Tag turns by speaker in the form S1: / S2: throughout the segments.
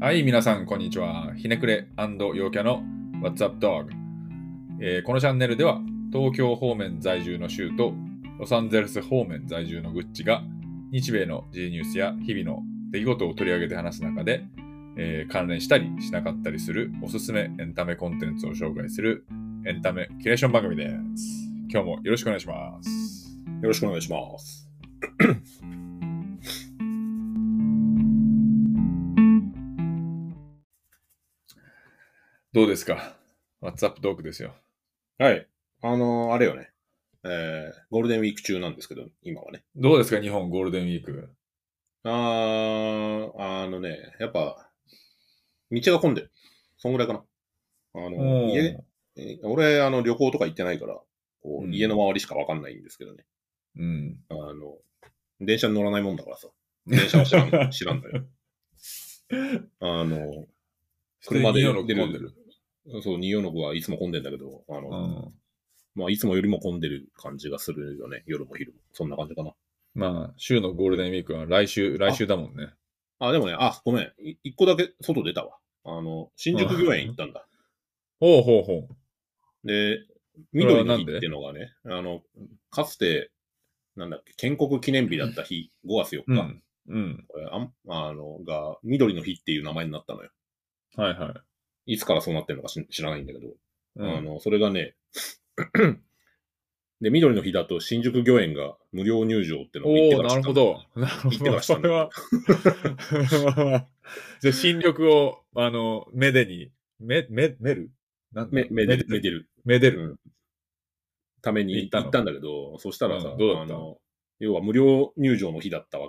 S1: はい、皆さん、こんにちは。ひねくれ陽キャの What's Up Dog、えーこのチャンネルでは、東京方面在住の州とロサンゼルス方面在住のグッチが、日米の G ニュースや日々の出来事を取り上げて話す中で、えー関連したりしなかったりするおすすめエンタメコンテンツを紹介するエンタメキュレーション番組です。今日もよろしくお願いします。よろしくお願いします。どうですか ?What's up, Dog ですよ。
S2: はい。あのーあれよね。えー、ゴールデンウィーク中なんですけど、今はね。
S1: どうですか日本ゴールデンウィーク。
S2: あー、あのね、やっぱ、道が混んでる。そんぐらいかな。あの、
S1: おー
S2: 家、えー俺、あの、旅行とか行ってないから、こう
S1: うん
S2: 家の周りしかわかんないんですけどね。
S1: うん。
S2: あの、電車に乗らないもんだからさ。電車は知 らん、知らんのよ。あの、車で
S1: 普通に夜
S2: 出る
S1: 混んでる。
S2: そう、246はいつも混んでんだけど、あの、
S1: うん。
S2: まあ、いつもよりも混んでる感じがするよね。夜も昼も。そんな感じかな。
S1: まあ、週のゴールデンウィークは来週、来週だもんね。
S2: あ、でもね、あ、ごめん。い一個だけ外出たわ。あの、新宿御苑行ったんだ。
S1: ほうほうほう。
S2: で、緑
S1: これはな
S2: の日
S1: ん
S2: っ
S1: で
S2: ていうのがね、あの、かつて、なんだっけ、建国記念日だった日、5月4日、
S1: うん。うん。
S2: これあんあの、が、緑の日っていう名前になったのよ。
S1: はいはい。
S2: いつからそうなってるのかし知らないんだけど、
S1: うん
S2: あの、それがね、で、緑の日だと新宿御苑が無料入場ってのを
S1: お
S2: 言って
S1: お
S2: から
S1: な
S2: 知
S1: る
S2: った
S1: ほ
S2: の
S1: ど。なるほ
S2: 行ってか
S1: ど。
S2: らした
S1: そ
S2: ん
S1: れ
S2: だ
S1: は。 じゃあ、新緑を、あの、めでに、め、め、めるなんだ
S2: め、めでる、め
S1: めでる。
S2: でる。
S1: めでる。
S2: ために
S1: 行
S2: 行
S1: っ
S2: ったた
S1: の
S2: んだけど、そしたらさ、
S1: うんどうだった
S2: あの、要は無料入場の日だったわ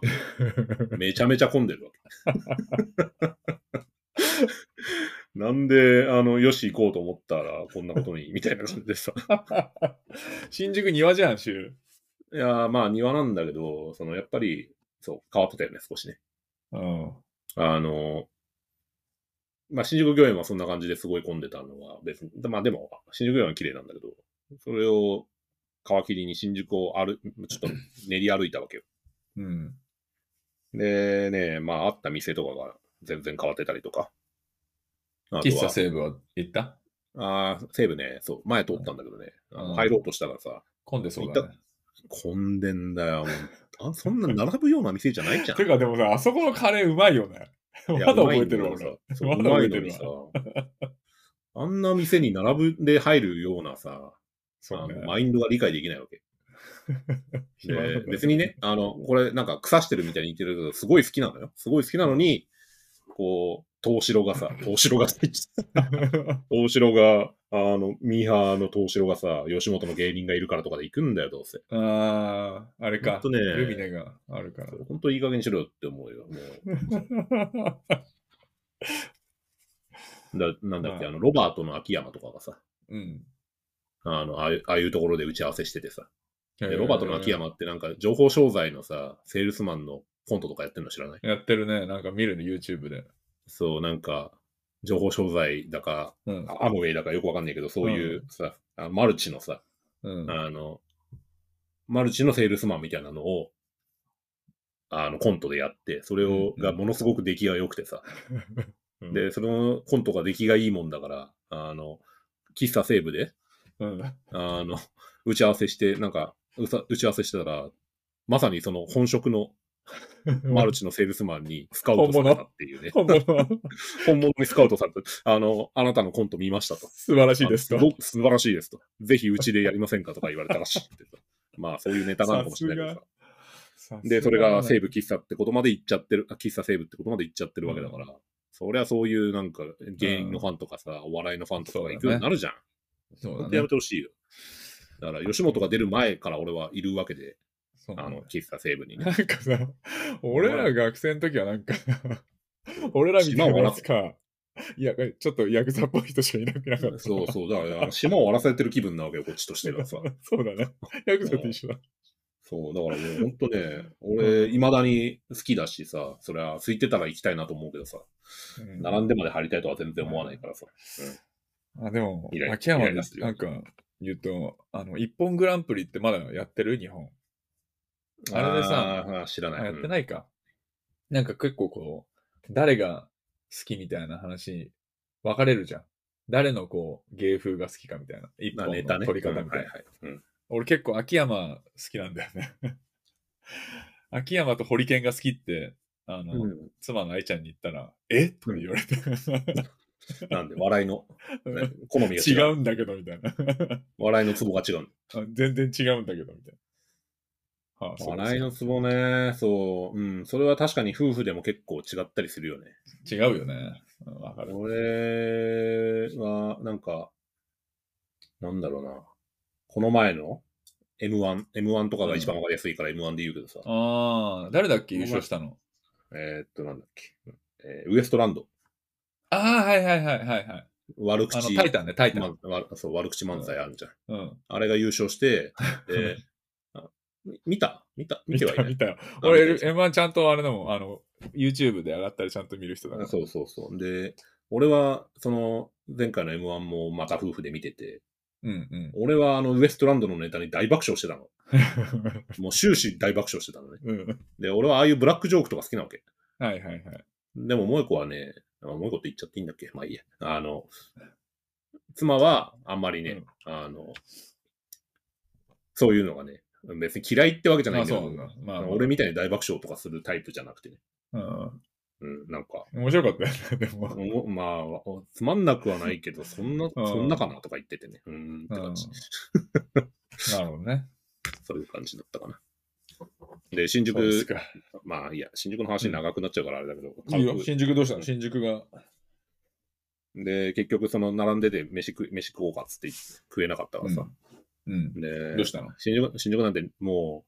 S2: けで。めちゃめちゃ混んでるわけ。 なんで、あの、よし行こうと思ったら、こんなことに、みたいな感じでさ。
S1: 新宿庭じゃん、週。
S2: いやー、まあ庭なんだけど、その、やっぱり、そう、変わってたよね、少しね。
S1: うん。
S2: あの、まあ、新宿御苑はそんな感じですごい混んでたのは別に、まあでも、新宿御苑は綺麗なんだけど、それを皮切りに新宿を歩、ちょっと練り歩いたわけよ。
S1: うん。
S2: でね、まあ、あった店とかが全然変わってたりとか。あと
S1: 喫茶
S2: は、
S1: 西部は行った
S2: あー西武ね、そう、前通ったんだけどね、あ
S1: うん
S2: の入ろうとしたらさ、
S1: 混んでそうだね。
S2: 混んでんだよ。もうあそんな並ぶような店じゃないじゃん。
S1: てか、でもさ、あそこのカレーうまいよね。 ま
S2: いや
S1: だ覚えてるわ、
S2: うまいんだ
S1: 俺。
S2: けどさそう
S1: まだ
S2: うま
S1: 覚え
S2: い
S1: て
S2: の
S1: る
S2: にさ。あんな店に並ぶで入るようなさ、
S1: そう
S2: あ
S1: ね
S2: の。マインドが理解できないわ け。で、別
S1: に。
S2: にね、あの、これなんか腐してるみたいに言ってるけど、すごい好きなのよ。すごい好きなのに、こう、東城が さ、東城が、東城が、あの、ミーハーの東城がさ、吉本の芸人がいるからとかで行くんだよ、どうせ。
S1: ああ、あれ
S2: ほ
S1: か
S2: ん。とね
S1: ルミネがあるから。
S2: 本当いい加減にしろよって思うよ。もう、だなんだっけ、あの、ロバートの秋山とかがさ、
S1: うん。
S2: あの、ああいうああいうところで打ち合わせしててさ、
S1: へ
S2: で
S1: ー
S2: ロバートの秋山ってなんか情報商材のさ、セールスマンのコントとかやってるの知らない
S1: やってるね。なんか見るね、YouTube で。
S2: そう、なんか、情報商材だか、
S1: うん。
S2: アムウェイだかよくわかんないけど、そういうさ、あマルチのさ、
S1: うん。
S2: あの、マルチのセールスマンみたいなのを、あの、コントでやって、それを、
S1: うん
S2: がものすごく出来が良く てさ、で、そのコントが出来がいいもんだから、あの、喫茶セーブで、
S1: うん、
S2: あの、打ち合わせして、なんか、うさ打ち合わせしてたら、まさにその本職のマルチのセールスマンにスカウトされたっていうね。
S1: 本 物
S2: 本物にスカウトされた。あの、あなたのコント見ましたと。
S1: 素晴らしいです
S2: あ
S1: と
S2: す。ごく素晴らしいですと。ぜひうちでやりませんかとか言われたらしいってさ。 まあ、そういうネタなのかもしれないけどさ。
S1: さすが
S2: で、それが西武喫茶ってことまで行っちゃってる、あ喫茶西武ってことまで行っちゃってるわけだから、そりゃそういうなんか芸人のファンとかさ、お笑いのファンとかが行くようになるじゃん。
S1: そう
S2: ほ
S1: だ
S2: んとや
S1: ね
S2: め。てほしいよ。だから、吉本が出る前から俺はいるわけで、
S1: そうだ
S2: あ
S1: ね
S2: の、喫茶西部に
S1: な
S2: ね
S1: ん。かさ、俺ら学生の時はなんか、 俺らみたいなやつか、いや、ちょっとヤクザっぽい人しかいなくなかった。
S2: そうそう、だからあ の、島を荒らされてる気分なわけよ、こっちとしてはさ。
S1: そうだね。ヤクザと一緒だ。
S2: そう、だからもう本当ね、俺、未だに好きだしさ、そりゃ、空いてたら行きたいなと思うけどさ、
S1: うん
S2: 並んでまで入りたいとは全然思わないからさ。
S1: あでも
S2: イライ、ラ
S1: 秋山
S2: イライ
S1: で
S2: ラ
S1: す
S2: するよ
S1: なんか言うと、あの、一本グランプリってまだやってる日本。あれでさ
S2: あー、知ら
S1: あ
S2: ない。
S1: やって
S2: い。
S1: ないか。なんか結構こう、誰がきみたいな話、分かれるじゃん。誰のこう、芸風が好きかみたいな。一
S2: まあ
S1: 本
S2: ネタ
S1: の
S2: ね。
S1: 取り方みたいな。
S2: うんはいはい。うん
S1: 俺結構秋山好きなんだよね。秋山とホリケンが好きって、あの、
S2: うん
S1: 妻の愛ちゃんに言ったら、えとか言われて、
S2: なんで、笑いの、ね好みが違
S1: 違
S2: う。
S1: うんだけど、みたいな。
S2: 笑いのツボが違う。
S1: あ全然違うんだけど、みたいな。はあ、そう
S2: 笑いのツボね、そう、うん、それは確かに夫婦でも結構違ったりするよね。
S1: 違うよね。うんわかる。
S2: 俺は、なんか、なんだろうな。この前の M1、M1 とかが一番わかりやすいから M1 で言うけどさ。
S1: ああ、誰だっけ優勝したの。
S2: えーっと、なんだっけ。えーウエストランド。
S1: ああ、はいはいはいはいはい。
S2: 悪
S1: あ
S2: 口
S1: の、タイタンね、タイタン。
S2: まわそう悪口漫才あるじゃん。
S1: うん。
S2: あれが優勝 して、であみ見た見た見てはいない
S1: 見。た見た
S2: あ
S1: 俺、
S2: 見てはい
S1: M1 ちゃんとあれだもん、あの、YouTube で上がったりちゃんと見る人だか
S2: ない
S1: ら。
S2: そうそうそう。で、俺は、その、前回の M1 もまた夫婦で見てて、
S1: うんうん。
S2: 俺はあの、ウエストランドのネタに大爆笑してたの。もう終始大爆笑してたのね。
S1: うん
S2: で、俺はああいうブラックジョークとか好きなわけ。
S1: はいはいはい。
S2: でも、萌子はね、あ萌子って言っちゃっていいんだっけまあいいや。あの、妻はあんまりね、あの、そういうのがね、別に嫌いってわけじゃない
S1: あ、
S2: け
S1: そう
S2: ど
S1: なん、だ。まあ、
S2: 俺みたいに大爆笑とかするタイプじゃなくてね。
S1: うん。
S2: うん、なんか、
S1: 面白かったよね、でも。
S2: おまあ、おつまんなくはないけど、そんな、
S1: うん
S2: そんなかなとか言っててね。うーん、って
S1: うん
S2: 感じ。
S1: なるほどね。
S2: そういう感じだったかな。で、新
S1: そうです
S2: 宿、
S1: か。
S2: まあ、いや、新宿の話長くなっちゃうからあれだけど、
S1: いいよ
S2: 軽く
S1: 新宿どうしたの新宿が。
S2: で、結局、その、並んでて、飯食い、飯食おうかっつって食えなかったからさ。
S1: うん。
S2: で
S1: どうしたの
S2: 新宿、新宿なんても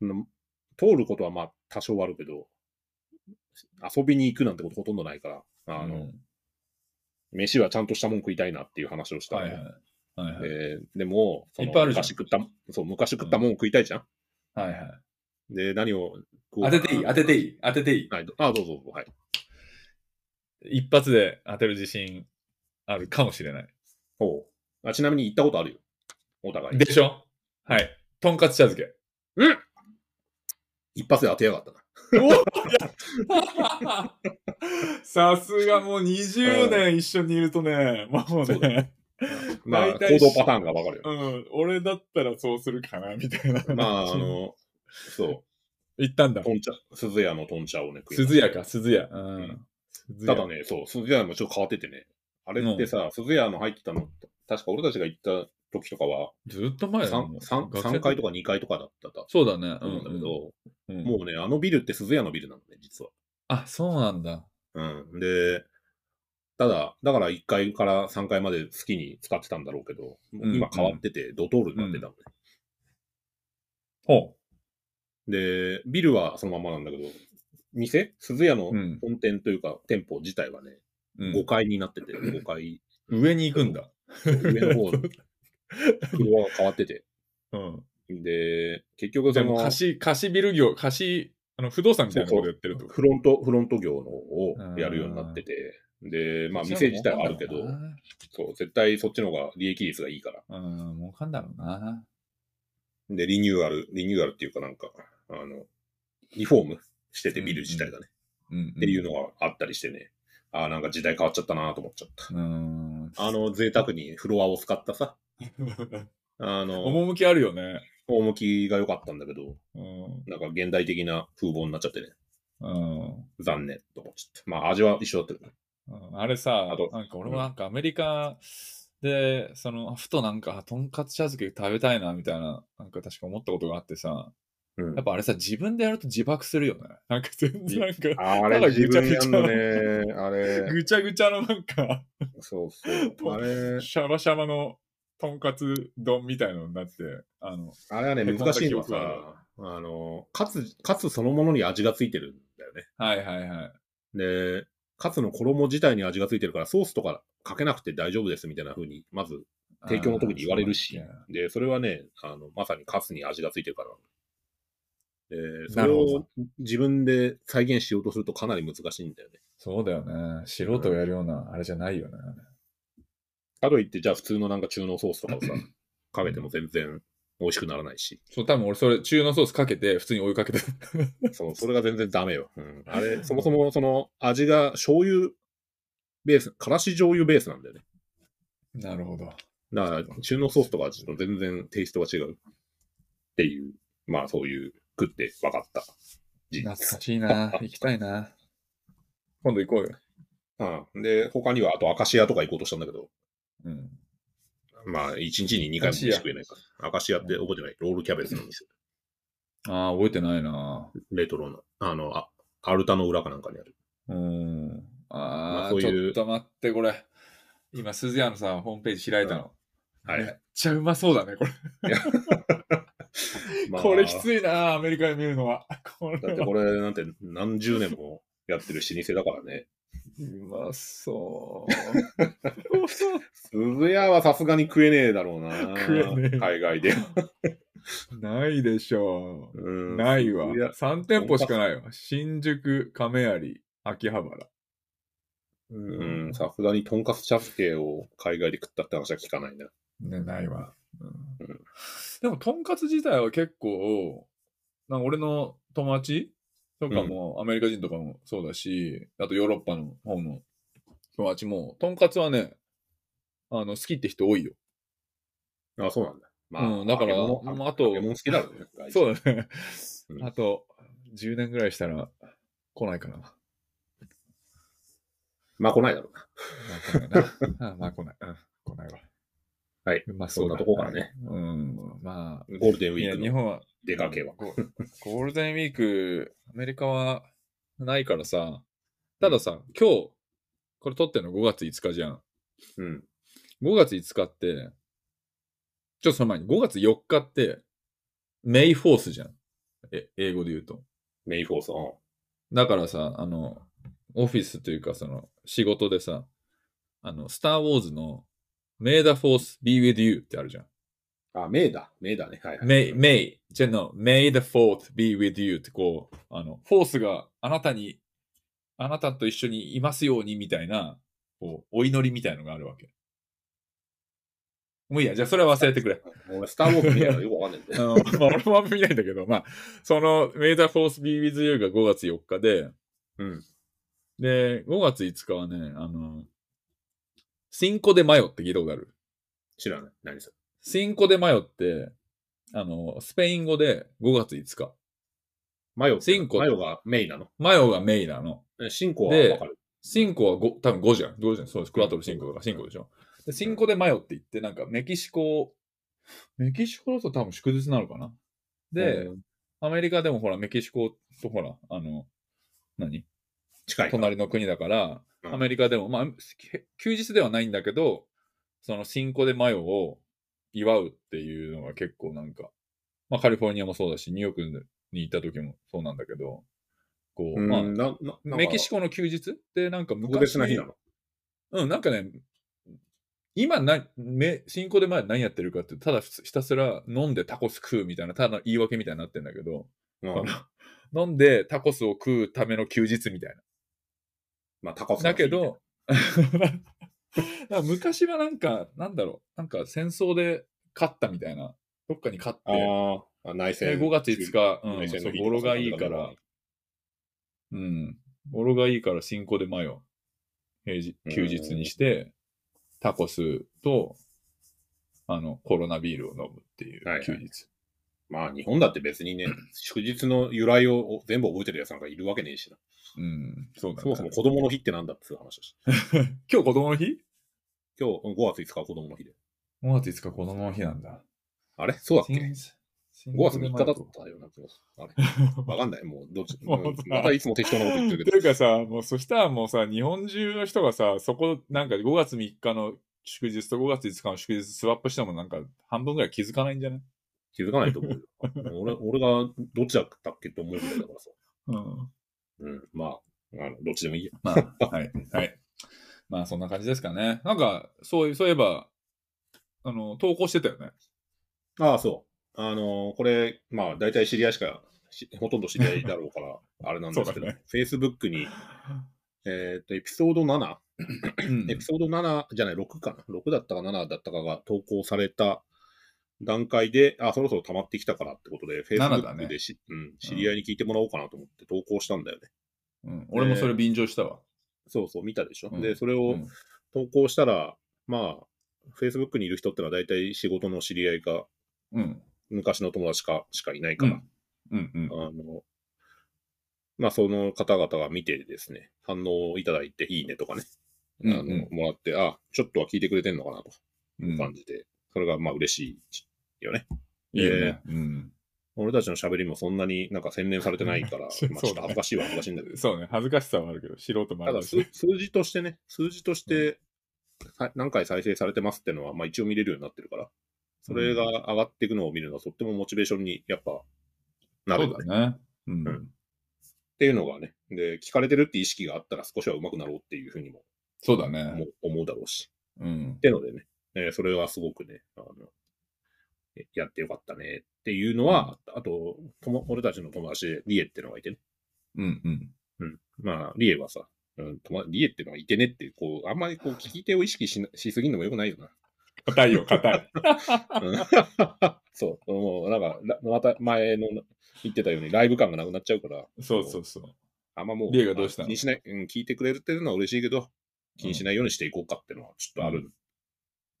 S2: う、ん通ることはまあ、多少はあるけど、遊びに行くなんてことほとんどないから、あの、
S1: うん
S2: 飯はちゃんとしたもん食いたいなっていう話をしたの
S1: は
S2: ね、
S1: いはい。はいはい。
S2: えーでも、その
S1: いっぱいあるじゃん
S2: 昔食った、そう、昔食ったもん食いたいじゃん。
S1: はいはい。
S2: で、何を食おう
S1: 当
S2: かな
S1: てていい当てていい当てていい
S2: はい、どあ、どうぞどうぞ、はい。
S1: 一発で当てる自信あるかもしれない。
S2: ほうあちなみに行ったことあるよ。お互い。
S1: でしょはい。とんかつ茶漬け。
S2: 一発で当てやがったな。
S1: さすがもう20年一緒にいるとね、もう
S2: そうだ
S1: ね、
S2: まあ、
S1: 大体
S2: 行動パターンがわかる
S1: う
S2: よ。
S1: ん、俺だったらそうするかな、みたいな。
S2: まあ、あ、の、そ
S1: 行ったんだ
S2: う、。とんちゃ、鈴屋のとんちゃをね、食いまし
S1: 鈴
S2: た
S1: 屋か、鈴屋。うん
S2: ん。
S1: 鈴
S2: ただね、そう、鈴屋もちょっと変わっててね。あれってさ、鈴屋の入ってたの、確か俺たちが行った時とかは、
S1: ずっと前だよもう
S2: 3, 三三階とか2階とかだったと
S1: そうだね。
S2: 思うんだけ
S1: う
S2: ど、
S1: んうん
S2: もうね、あのビルって鈴屋のビルなのね、実は。
S1: あ、そうなんだ。
S2: うん。で、ただ、だから1階から3階まで好きに使ってたんだろうけど、もう今変わってて、ドトールになってたのね。
S1: ほ
S2: で、ビルはそのままなんだけど、店鈴屋の
S1: うん
S2: 本店というか、店舗自体はね、
S1: う。うん
S2: 5階になってて、5階、
S1: 上に行くんだ。
S2: 上 の方に、フロアが変わってて。
S1: うん。
S2: で、結局
S1: で
S2: そ
S1: も
S2: の、
S1: 貸し、貸しビル業、貸し、あの、不動産みたいなことやってるってこと
S2: フロント、フロント業の方をやるようになってて、で、まあ店自体はあるけど、そう、絶対そっちの方が利益率がいいから。
S1: うん、儲かんだろうな。
S2: で、リニューアル、リニューアルっていうかなんか、あの、リフォームしててビル自体がね、
S1: うん。
S2: っていうのがあったりしてね、ああ、なんか時代変わっちゃったなと思っちゃった。
S1: うん。
S2: あの、贅沢にフロアを使っ たさ、あの、
S1: 趣あるよね。
S2: 趣が良かったんだけど、
S1: うん。
S2: なんか現代的な風貌になっちゃってね、
S1: うん。
S2: 残念と思っちゃって。まあ味は一緒だったけどね。
S1: うんあれさ
S2: あと、
S1: なんか俺もなんかアメリカで、その、ふとなんか、とんかつ茶漬け食べたいな、みたいな、なんか確か思ったことがあってさ、
S2: うん
S1: やっぱあれさ、自分でやると自爆するよね。なんか全然なんか、
S2: あ
S1: ただ
S2: れ、
S1: ぐ
S2: 自
S1: ちゃぐ
S2: 分
S1: ちゃ
S2: やんの ね。あれ、
S1: ぐちゃぐちゃのなんか、
S2: そうそう。あれ、
S1: シャバシャバのとんかつ丼みたいのになって、あの、
S2: あれ はね、難しいのは
S1: へこんだ記憶
S2: さ、あの、カツ、カツそのものに味がついてるんだよ
S1: はいはいはい。
S2: ね。で、カツの衣自体に味がついてるから、ソースとかかけなくて大丈夫ですみたいな風に、まず、提供の時に言われるし
S1: あーそうだっ
S2: で、それはね、あの、まさにカツに味がついてるから。で、そ
S1: な
S2: れ
S1: るほど
S2: を自分で再現しようとするとかなり難しいんだよね。
S1: そうだよね。素人がやるような、あれじゃないよね。
S2: かといって、じゃあ普通のなんか中濃ソースとかをさ、かけても全然美味しくならないし。
S1: そう、多分俺それ、中濃ソースかけて、普通にお湯かけて。
S2: そう、それが全然ダメよ。うん、あれ、そもそもその味が醤油ベース、からし醤油ベースなんだよね。
S1: なるほど。
S2: だから、中濃ソースとかはちょっと全然テイストが違う。っていう、まあそういう、食って分かった。事
S1: 懐か
S2: 実。
S1: しいな。行きたいな。今度行こうよ。
S2: うん。で、他には、あと、アカシアとか行こうとしたんだけど、
S1: うん。
S2: まあ、一日に2回も飯食えないから。アカシアって覚えてない。ロールキャベツの店。
S1: ああ、覚えてないな。
S2: レトロな。あの、あアルタの裏かなんかにある。
S1: うん。あ
S2: まあ
S1: あ、
S2: そう
S1: ち
S2: い
S1: ょ
S2: う
S1: っと待って、これ。今、鈴谷のさん、ホームページ開いたの。
S2: はい
S1: めっちゃうまそうだね、これ。
S2: まあ
S1: これきついな、アメリカで見るのは。こ
S2: だ
S1: れ
S2: って
S1: は
S2: これなんて何十年もやってる老舗だからね。
S1: うまそう。
S2: 鈴屋はさすがに食えねえだろうな。
S1: 食えねえ
S2: 海外で。
S1: ないでしょう。
S2: うん
S1: ないわ。
S2: いや
S1: 3店舗しかないわ。新宿、亀有、秋葉原。
S2: うん、さすがにとんかつ茶漬けを海外で食ったって話は聞かないな。
S1: ね、ないわ。うん
S2: うん
S1: でも、とんかつ自体は結構、なんか俺の友達とかも、アメリカ人とかもそうだし、あとヨーロッパの方の友達も、とんかつはね、あの、好きって人多いよ。
S2: あ、そうなんだ。まあ、
S1: うんだから
S2: 揚げ物
S1: まああと
S2: 揚げ物好きだろうね。う。
S1: そうだね。
S2: うん
S1: あと、10年ぐらいしたら来ないかな。
S2: まあ来ないだろう
S1: まあ来ないな。あ
S2: な。
S1: まあ来ない。うん、来ないわ。
S2: はい。
S1: まあそうだ
S2: そんなとこからね。
S1: うん。まあ、
S2: ゴールデンウ
S1: い
S2: ィー
S1: や、
S2: ク
S1: 日
S2: の
S1: 本は、
S2: 出かけは。
S1: ゴ。ゴールデンウィーク、アメリカはないからさ、たださ、今日、これ撮ってるの5月5日じゃん。
S2: うん。
S1: 5月5日って、ちょっとその前に、5月4日って、メイフォースじゃん。え、英語で言うと。
S2: メインフォース。うん
S1: だからさ、あの、オフィスというか、その、仕事でさ、あの、スター・ウォーズの、May the Force be with you ってあるじゃん。
S2: あ、メイだ。メイだね。はい、はい。
S1: May, May, じゃあ no, May the Fourth be with you ってこう、あの、フォースがあなたに、あなたと一緒にいますようにみたいな、こう、お祈りみたいのがあるわけ。もういいや、じゃあそれは忘れてくれ。
S2: 俺、スターウォーズ見ないからよくわかんないん
S1: あ
S2: だよ。
S1: の、まあ、俺もあんま見ないんだけど、まあ、その、May the Force be with you が5月4日で、
S2: うん。
S1: で、5月5日はね、あの、シンコでマヨって聞いたことある。
S2: 知らない。何それ。
S1: シンコでマヨって、あの、スペイン語で5月5日。
S2: マヨって
S1: シンコ
S2: マヨがメイなの。
S1: マヨがメイなの。
S2: えシンコは
S1: で
S2: わかる。
S1: シンコは5、多分5じゃん。5じゃん。そうです。クワトルシンコだからシンコでしょ。で、シンコでマヨって言って、なんかメキシコ、メキシコだと多分祝日なのかな。で、
S2: うん、
S1: アメリカでもほら、メキシコとほら、あの、何
S2: 近い。
S1: 隣の国だから、
S2: うん
S1: アメリカでも、まあ、け休日ではないんだけど、その新コでマヨを祝うっていうのが結構なんか、まあカリフォルニアもそうだし、ニューヨークに行った時もそうなんだけど、こう、
S2: うん
S1: まあ、
S2: なななんか
S1: メキシコの休日ってなんか昔
S2: 特別な日なの。
S1: うん、なんかね、今な、め、新興で前何やってるかって、ただひひたすら飲んでタコス食うみたいな、ただの言い訳みたいになってんだけど、
S2: うん
S1: あの飲んでタコスを食うための休日みたい
S2: まあ、高
S1: な。
S2: さ。
S1: だけ、ど、なんか 昔はなんか、なんだろう、なんか戦争で勝ったみたいな、どっかに勝っ
S2: あ
S1: て、
S2: ーあ、内
S1: で
S2: 戦。
S1: 5月5日、う
S2: 内
S1: ん、
S2: 戦
S1: そ
S2: の
S1: う
S2: 日
S1: 語呂がいいから、うん、語呂がいいから新興で前を平日、休日にして、タコスと、あの、コロナビールを飲むってい
S2: はいは
S1: う
S2: い
S1: 休日。
S2: まあ、日本だって別にね、祝日の由来を全部覚えてるやつなんかいるわけねえしな。
S1: うん、そうだ
S2: そもそも
S1: ね。
S2: 子供の日ってなんだっつう話だし。
S1: 今日子供の日
S2: 今日、うん5月5日は子供の日で。
S1: ?5 月5日子供の日なんだ。
S2: あれそうだっけ ?5
S1: 新
S2: 月3日だったような気がする。あれわかんない。もう、どっち、
S1: もう
S2: うんまたいつも適当なこと言ってる
S1: と
S2: け
S1: いうかさ、もうそしたらもうさ、日本中の人がさ、そこ、なんか5月3日の祝日と5月5日の祝日スワップしてもなんか半分ぐらい気づかないんじゃない
S2: ど、気づかないと思うよ。俺、俺がどっちだったっけって思うぐらいだからさ。
S1: うん。
S2: うん、まあ、あのどっちでもいいよ。
S1: まあ、はい。はい。まあ、そんな感じですかね。なんか、そういそういえば、あの、投稿してたよね。
S2: ああ、そう。あのーこれ、まあ、大体知り合いしか、し ほとんど知り合いだろ うから、あれなんですけ
S1: そう
S2: ど、
S1: だね
S2: Facebook に、えーっと、エピソード7、
S1: うん
S2: エピソード7じゃない、6かな。6だったか7だったかが投稿された段階で、あ、そろそろ溜まってきたからってことで、
S1: 7だね
S2: Facebook でし、うん、知り合いに聞いてもらおうかなと思って投稿したんだよね。
S1: うん俺もそれ便乗したわ。
S2: そうそう、見たでしょ。
S1: うん
S2: で、それを
S1: うん
S2: 投稿したら、まあ、Facebook にいる人ってのは大体仕事の知り合いか、
S1: うん。
S2: 昔の友達かしかいないから、
S1: うんうん。
S2: あの、まあ、その方々が見てですね、反応をいただいて、いいねとかね、あ
S1: うん
S2: の、もらって、あ、ちょっとは聞いてくれてんのかなと
S1: うん。
S2: 感じて、それがまあ嬉しいよね。
S1: いいよね。うん。
S2: 俺たちの喋りもそんなになんか洗練されてないから、まあ
S1: そ
S2: ちょ
S1: う
S2: っと恥ずかしいは恥ずかしいんだけど、
S1: そうね。恥ずかしさはあるけど、素人もあ
S2: た
S1: る
S2: だ
S1: し
S2: 数。数字としてね、数字として、さ何回再生されてますってのは、まあ一応見れるようになってるから、それが上がっていくのを見るのはとってもモチベーションにやっぱなる
S1: そ
S2: んだね
S1: うだね。うん
S2: う。っていうのがね、で、聞かれてるって意識があったら少しは上手くなろうっていうふうにも
S1: そうだ
S2: 思
S1: ね。
S2: う思うだろうし。
S1: うん
S2: っ。てのでね、えーそれはすごくね、あの、えやってよかったねっていうのは、あと、とも俺たちの友達でリエってのがいてね。
S1: うんうん。
S2: うん。まあ、リエはさ、うん、とまリエってのはいてねって、こう、あんまりこう、聞き手を意識しなしすぎるのもよくないよな。
S1: 硬いよ、硬い。
S2: うん そう、もうなんか、らまた前の言ってたようにライブ感がなくなっちゃうから、
S1: そうそうそう。
S2: あんまもう、
S1: リエがどうしたの
S2: 気にしない、うん、聞いてくれてるのは嬉しいけど、気にしないようにしていこうかってのはちょっとある。
S1: うん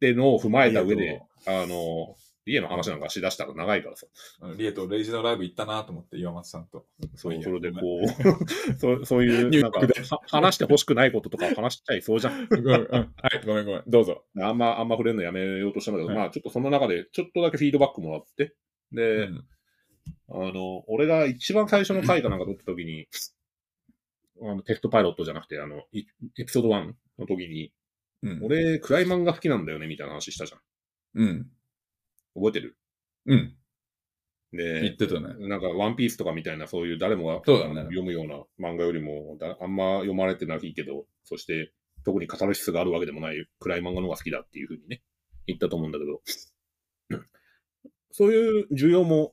S2: ってのを踏まえた上
S1: あり
S2: で、あの、リエの話なんかしだしたら長いからさ、
S1: うんリエとレイジのライブ行ったなと思って、岩松さん と。
S2: そう
S1: いや
S2: それでこう、 そうそういう、なんか
S1: 入力で、
S2: は話してほしくないこととか話しちゃいそうじゃん。
S1: うんうんはい、ごめんごめん。どうぞ。
S2: あんま、あんま触れるのやめようとしたんだけど、
S1: はい
S2: まあちょっとその中でちょっとだけフィードバックもらって、で、
S1: うん
S2: あの、俺が一番最初の回かなんか撮った時に、あのテストパイロットじゃなくて、あの、いエピソード1の時に、
S1: うん、
S2: 俺、暗い漫画好きなんだよね、みたいな話したじゃん。
S1: うん。
S2: 覚えてる
S1: うん。言っ
S2: で、
S1: てたね。
S2: なんか、ワンピースとかみたいな、そういう誰もが
S1: そうだね
S2: 読むような漫画よりも、だあんま読まれてないけど、そして、特にカタルシスがあるわけでもない暗い漫画の方が好きだっていうふうにね、言ったと思うんだけど、そういう需要も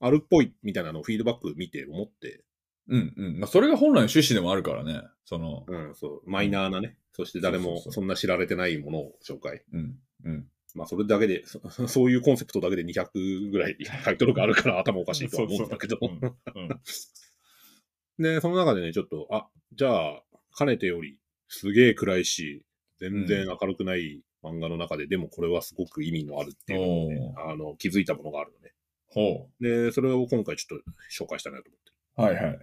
S2: あるっぽいみたいなのをフィードバック見て思って、
S1: うんうん。まあ、それが本来の趣旨でもあるからね。その、
S2: うん、そう、マイナーなね、そして誰
S1: そうそ
S2: も
S1: うそう
S2: そんな知られてないものを紹介。
S1: うん。うん。
S2: まあ、それだけでそ、 そういうコンセプトだけで200ぐらいタイトルがあるから頭お
S1: お
S2: かしいとは思うんだけど。
S1: うんうん
S2: で、その中でね、ちょっと、あ、じゃあ、かねてより、すげえ暗いし、全然明るくない漫画の中で、でもこれはすごく意味のあるっていうのをね、あの、気づいたものがあるのね。
S1: ほ
S2: で、それを今回ちょっと紹介したいなと思っ
S1: う。はいはい。
S2: て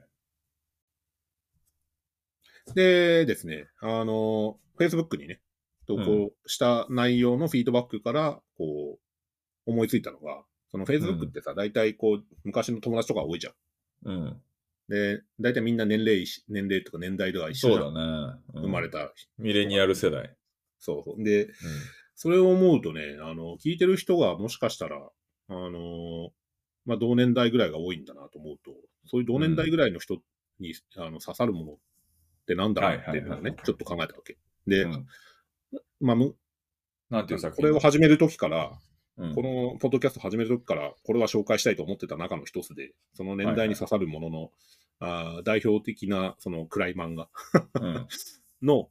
S2: る。でですね、あの、Facebook にね、投稿した内容のフィードバックから、こう、思いついたのが、その Facebook ってさ、大体こう、昔の友達とか多いじゃん。
S1: うん。
S2: で、大体みんな年齢一緒、年齢とか年代とか一緒
S1: そ
S2: じ
S1: う
S2: ゃん
S1: だね。うん
S2: 生まれ。た。
S1: ミレニアル世代。
S2: そうそう。で、それを思うとね、あの、聞いてる人がもしかしたら、あのーまあ、同年代ぐらいが多いんだなと思うと、そういう同年代ぐらいの人に、あの刺さるものってなんだろうっていうの
S1: は
S2: を
S1: いはい
S2: ね
S1: は、
S2: ちょっと考えたわけ。で、
S1: うん
S2: まあ、む
S1: なんていう作
S2: こ
S1: 品
S2: れを始めるときから、
S1: うん
S2: このポッドキャスト始めるときから、これは紹介したいと思ってた中の一つで、その年代に刺さるものの、あー代表的な、その暗い漫画
S1: うん
S2: の、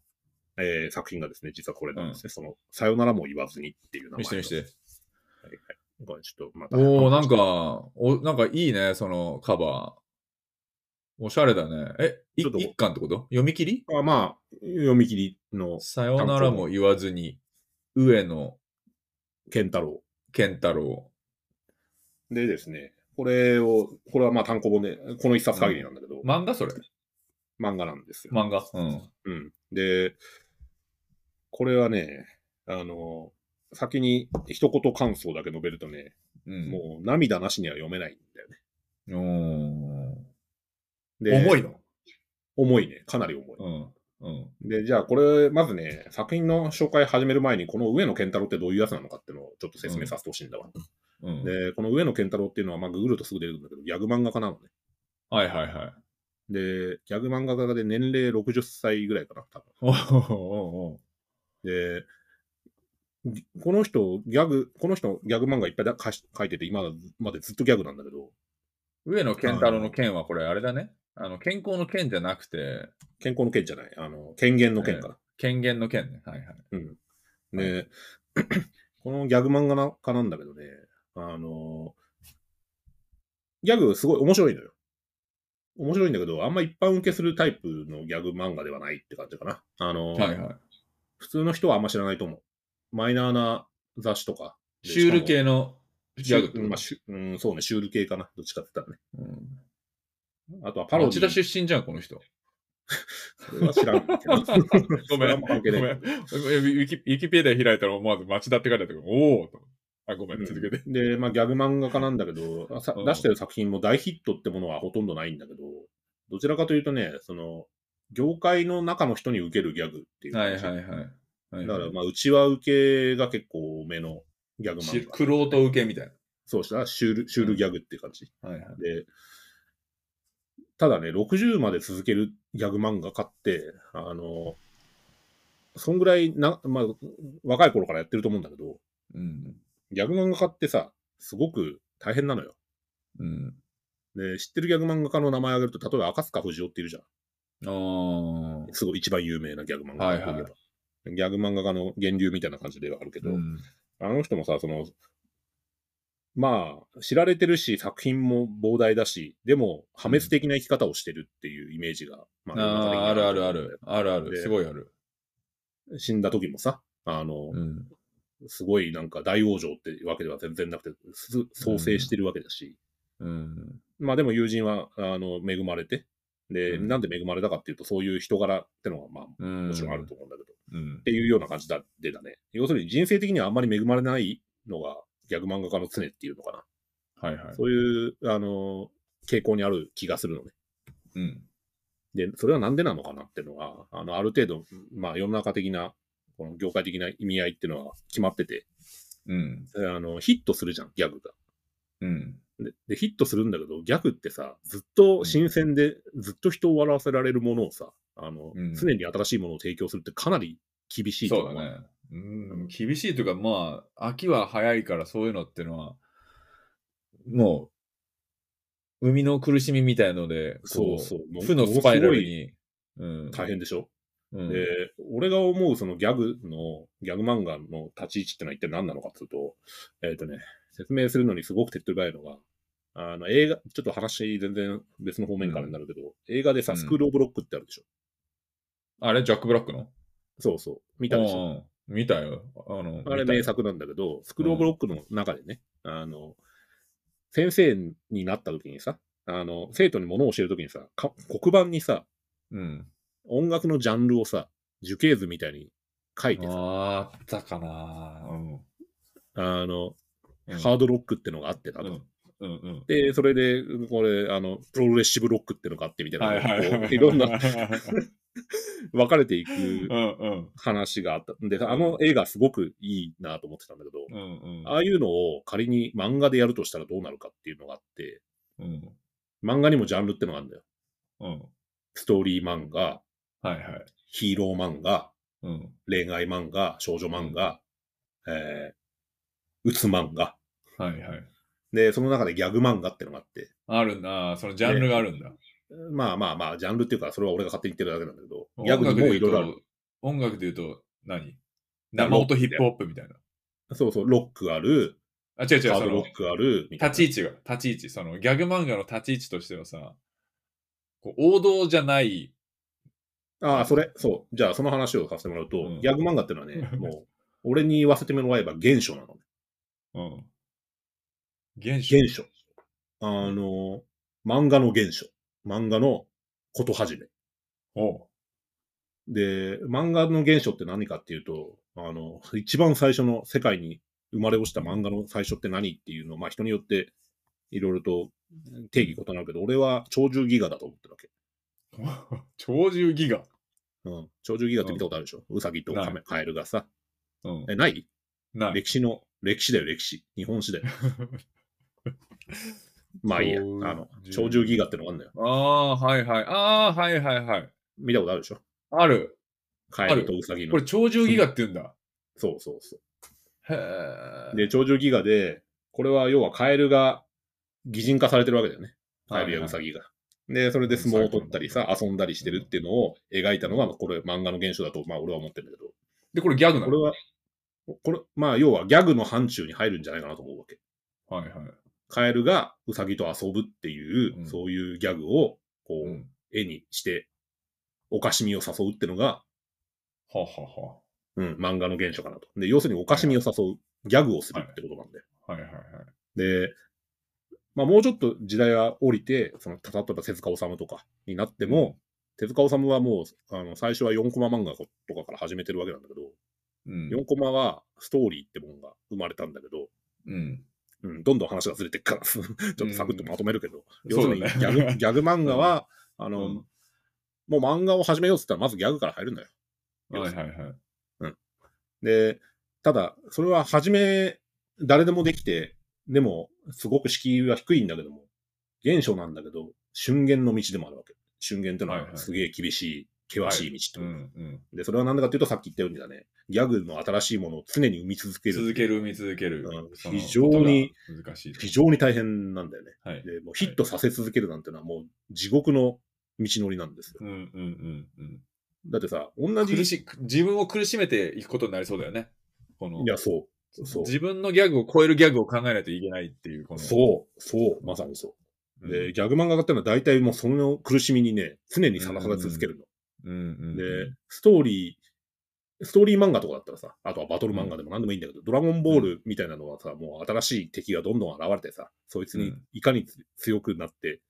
S2: えー作品がですね、実はこれなんですね。その、さよならも言わずにっていう名前の。
S1: 見して見して。
S2: はいはい。これちょっとまた。
S1: おおなんか、お、なんかいいね、そのカバー。おしゃれだね。え、い
S2: ちょっと
S1: 一巻ってこと読み切り
S2: あ。まあ、読み切りの
S1: さよならも言わずに、上野
S2: 健太郎。
S1: 健太郎。
S2: でですね、これを、これはまあ単行本で、この一冊限りなんだけど、
S1: 漫画それ
S2: 漫画なんですよ。
S1: 漫画。うん。
S2: うん。で、これはね、あの、先に一言感想だけ述べるとね、
S1: うん。
S2: もう涙なしには読めないんだよね。
S1: う。おー
S2: で
S1: 重いの
S2: 重いね。かなり重い。
S1: うん。うん。
S2: で、じゃあこれ、まずね、作品の紹介始める前に、この上野健太郎ってどういうやつなのかっていうのをちょっと説明させてほしいんだわ。
S1: うん。
S2: で、この上野健太郎っていうのは、まあ、ググるとすぐ出てくるんだけど、ギャグ漫画家なのね。
S1: はいはいはい。
S2: で、ギャグ漫画家で年齢60歳ぐらいかな、多
S1: おーお
S2: 分。で、この人、ギャグ、この人、ギャグ漫画いっぱいだかし書いてて、今までずっとギャグなんだけど、
S1: ーおー 上野健太郎の剣はこれあれだね。あの、健康の剣じゃなくて、
S2: 健康の剣じゃない、あの、権限の剣かな。
S1: 権限の剣ね。はいはい。
S2: うん。で、 このギャグ漫画家なんだけどね、あの、ギャグすごい面白いのよ。面白いんだけど、あんま一般受けするタイプのギャグ漫画ではないって感じかな。あの、
S1: はいはい。
S2: 普通の人はあんま知らないと思う。マイナーな雑誌とか。で
S1: シュール系の
S2: し
S1: ギ
S2: か
S1: ャ
S2: も
S1: グっ
S2: シ
S1: て
S2: ュ
S1: こと
S2: ーまあ、シュうん、そうね、シュール系かな。どっちかって言ったらね。
S1: うん
S2: あとはパロデ
S1: 町
S2: ィ
S1: 田出身じゃん、この人。。
S2: それは知らんけ ど
S1: ご
S2: それ
S1: め
S2: は
S1: ん。ご
S2: もう関係
S1: め
S2: なん
S1: ウ
S2: い。
S1: ィキウィキペディア開いたら思わず町田って書いてあったから、おおあ、ごめん、続けて。
S2: で、まあ、ギャグ漫画家なんだけど、さ
S1: うん
S2: 出してる作品も大ヒットってものはほとんどないんだけど、どちらかというとね、その、業界の中の人に受けるギャグっていう
S1: はい
S2: 感じ。
S1: はいはい。はい
S2: だか
S1: は
S2: ら、
S1: い
S2: まあ、うちは受けが結構多めのギャグ
S1: し
S2: 漫
S1: く
S2: 画。
S1: ろうと受けみたい
S2: そうしたら、シュール、シュールギャグっていう感じ。
S1: な。はいはい。
S2: で、ただね、60まで続けるギャグ漫画家って、あの、そんぐらいな、まあ、若い頃からやってると思うんだけど、
S1: うん。
S2: ギャグ漫画家ってさ、すごく大変なのよ。
S1: うん。
S2: で、知ってるギャグ漫画家の名前挙げると、例えば赤塚不二夫っているじゃん。
S1: ああ。
S2: すごい一番有名なギャグ漫画家
S1: はいはい
S2: といえばギャグ漫画家の源流みたいな感じではあるけど、
S1: うん
S2: あの人もさ、その、まあ、知られてるし、作品も膨大だし、でも、破滅的な生き方をしてるっていうイメージが、ま
S1: ああ、あるあるある。。あるある。
S2: です
S1: ごいある。
S2: 死んだ時もさ、あの、
S1: うん。
S2: すごいなんか大往生ってわけでは全然なくて、す創生してるわけだし、
S1: うん。
S2: まあでも友人は、あの、恵まれて、で、
S1: うん
S2: なんで恵まれたかっていうと、そういう人柄ってのが、まあ、
S1: も
S2: もちろんあると思うんだけど、っ
S1: うん。
S2: ていうような感じだでだね。要するに人生的にはあんまり恵まれないのが、ギャグ漫画家の常っていうのかな。
S1: はいはい。
S2: そういう、あの、傾向にある気がするのね。
S1: うん。
S2: で、それはなんでなのかなっていうのは、あの、ある程度、まあ、世の中的な、この業界的な意味合いっていうのは決まってて、
S1: うん。
S2: あの、ヒットするじゃん、ギャグが。
S1: うん。
S2: で、でヒットするんだけど、ギャグってさ、ずっと新鮮で、ずっと人を笑わせられるものをさ、あの、
S1: うん
S2: 常に新しいものを提供するってかなり厳しいと
S1: そう
S2: 思
S1: だね。うん、厳しいというか、まあ、秋は早いからそういうのってのは、もう、生みの苦しみみたいので、こ
S2: そうそうもう
S1: 負のスパイラルに、うん。
S2: 大変でしょ、
S1: うん。
S2: で、俺が思うそのギャグの、ギャグ漫画の立ち位置ってのは一体何なのかっていうと、えっ、とね、説明するのにすごく手っ取り早いのが、あの映画、ちょっと話全然別の方面からになるけど、映画で
S1: う
S2: さ、
S1: ん
S2: スクールオブロックってあるでしょ、
S1: あれ、ジャック・ブラックの
S2: そうそう。見たでしょ
S1: うん見たよ。あの、
S2: あれ
S1: 見たよ
S2: 名。作なんだけど、スクールオブロックの中でね、あの、先生になった時にさ、あの、生徒に物を教える時にさ、か黒板にさ、
S1: うん。
S2: 音楽のジャンルをさ、樹形図みたいに書いてさ、
S1: あったかなうん。
S2: あの、
S1: うん
S2: ハードロックってのがあってな
S1: う
S2: と。
S1: ん。うんうん。
S2: で、それで、これ、あの、プロレッシブロックってのがあってみたいな、
S1: はいはいは
S2: こ
S1: い。
S2: ういろ ん
S1: う
S2: な分かれていく
S1: んうん。
S2: 話があった。で、あの映画すごくいいなと思ってたんだけど、
S1: うんうん。
S2: ああいうのを仮に漫画でやるとしたらどうなるかっていうのがあって、
S1: うん。
S2: 漫画にもジャンルってのがあるんだよ。
S1: うん。
S2: ストーリー漫画、
S1: はいはい。
S2: ヒーロー漫画、
S1: うん。
S2: 恋愛漫画、少女漫画、えー、うつ漫画。
S1: はいはい。
S2: で、その中でギャグ漫画ってのがあって、
S1: あるんだ。あーそのジャンルがあるんだ。
S2: まあまあまあ、ジャンルっていうか、それは俺が勝手に言ってるだけなんだけど、ギャ
S1: 音
S2: グに
S1: 楽
S2: も
S1: で言
S2: いろ
S1: う
S2: いろある。
S1: と、音楽で言うと何、生音ヒップホップみたいな。
S2: そうそう、ロックある、
S1: あ、違う違う、
S2: ハー
S1: そ
S2: ドロ
S1: の
S2: ッ、クある、みたいな。
S1: 立ち位置が、立ち位置、その、ギャグ漫画の立ち位置としてはさ、こう王道じゃない、
S2: ああ、それ、そう。じゃあ、その話をさせてもらうと、
S1: うん
S2: ギャグ漫画ってのはね、もう、俺に言わせてもらえば原初なの。
S1: うん。原始。
S2: 原初。あの、漫画の原初。漫画のこと始め。
S1: おう
S2: で、漫画の原初って何かっていうと、あの、一番最初の世界に生まれ落ちた漫画の最初って何っていうのを、まあ人によっていろいろと定義異なるけど、俺は鳥獣ギガだと思ってるわけ。
S1: 鳥獣ギガ。
S2: うん。鳥獣ギガって見たことあるでしょ、うさぎとカメカエルがさ。
S1: うん。
S2: え、ない
S1: ない。
S2: 歴史の、歴史だよ、歴史。日本 史だよ。まあいいや。あ
S1: 鳥獣
S2: の、鳥獣ギガってのがあるんだよ。
S1: ああ、はいはい。ああ、はいはいはい。
S2: 見たことあるでしょ
S1: ある。
S2: カエルとウサギの。
S1: これ、鳥獣ギガって言うんだ。
S2: そうそうそ
S1: へ
S2: う。
S1: え。
S2: で、鳥獣ギガで、これは要はカエルが擬人化されてるわけだよね。カエルやウサギが。で、それで相撲を取ったりさ、遊んだりしてるっていうのを描いたのが、これ漫画の現象だと、まあ俺は思ってるんだけど、
S1: で、これギャグな
S2: これ
S1: の
S2: は、これ、まあ要はギャグの範疇に入るんじゃないかなと思うわけ。
S1: はいはい。
S2: カエルがウサギと遊ぶっていう、
S1: うん
S2: そういうギャグを、こ
S1: う
S2: う、
S1: ん。
S2: 絵にして、おかしみを誘うってのが、
S1: ははは
S2: うん、漫画の原書かなと。で、要するにおかしみを誘う、ギャグをするってことなんで。
S1: は。はいはいはい。
S2: で、まあもうちょっと時代が降りて、その、たたっと手塚治虫とかになっても、手塚治虫はもう、あの、最初は4コマ漫画とかから始めてるわけなんだけど、
S1: うん。
S2: 4コマはストーリーってもんが生まれたんだけど、
S1: うん。
S2: うん、どんどん話がずれてっから、 ちょっとサクッとまとめるけど、
S1: ん
S2: 要するにギ
S1: そうだ
S2: ャ
S1: ね
S2: グ、ギャグ漫画は、あの、
S1: うん
S2: もう漫画を始めようって言ったらまずギャグから入るんだよ。
S1: はいはいはい。
S2: で、ただ、それは始め、誰でもできて、でも、すごく敷居は低いんだけども、現象なんだけど、瞬間の道でもあるわけ。瞬間っての
S1: はいは
S2: はいすげえ厳しい、険しい道
S1: う
S2: と、
S1: んうん。
S2: で、それはなんでかっていうと、さっき言ったようにだね、ギャグの新しいものを常に生み続け
S1: 続
S2: る。
S1: ける、見続ける
S2: うん。
S1: その
S2: 非常に
S1: ことが難しいと。
S2: 非常に大変なんだよね。
S1: はい。
S2: で、もうヒットさせ続けるなんてのはもう地獄の道のりなんですよ。
S1: うんうんうんうん。
S2: だってさ、同じ。
S1: 苦
S2: い
S1: し、自分を苦しめていくことになりそうだよね。この、
S2: や、そう。そう。
S1: 自分のギャグを超えるギャグを考えないといけないっていう、この。
S2: そう。そう。まさにそうう。
S1: ん。
S2: で、ギャグ漫画家ってのは大体もうその苦しみにね、常にさらされ続けるの。
S1: うんうん。
S2: で、ストーリー、ストーリー漫画とかだったらさ、あとはバトル漫画でも何でもいいんだけど、ドラゴンボールみたいなのはさ、もう新しい敵がどんどん現れてさ、そいつに
S1: うん
S2: いかに強くなって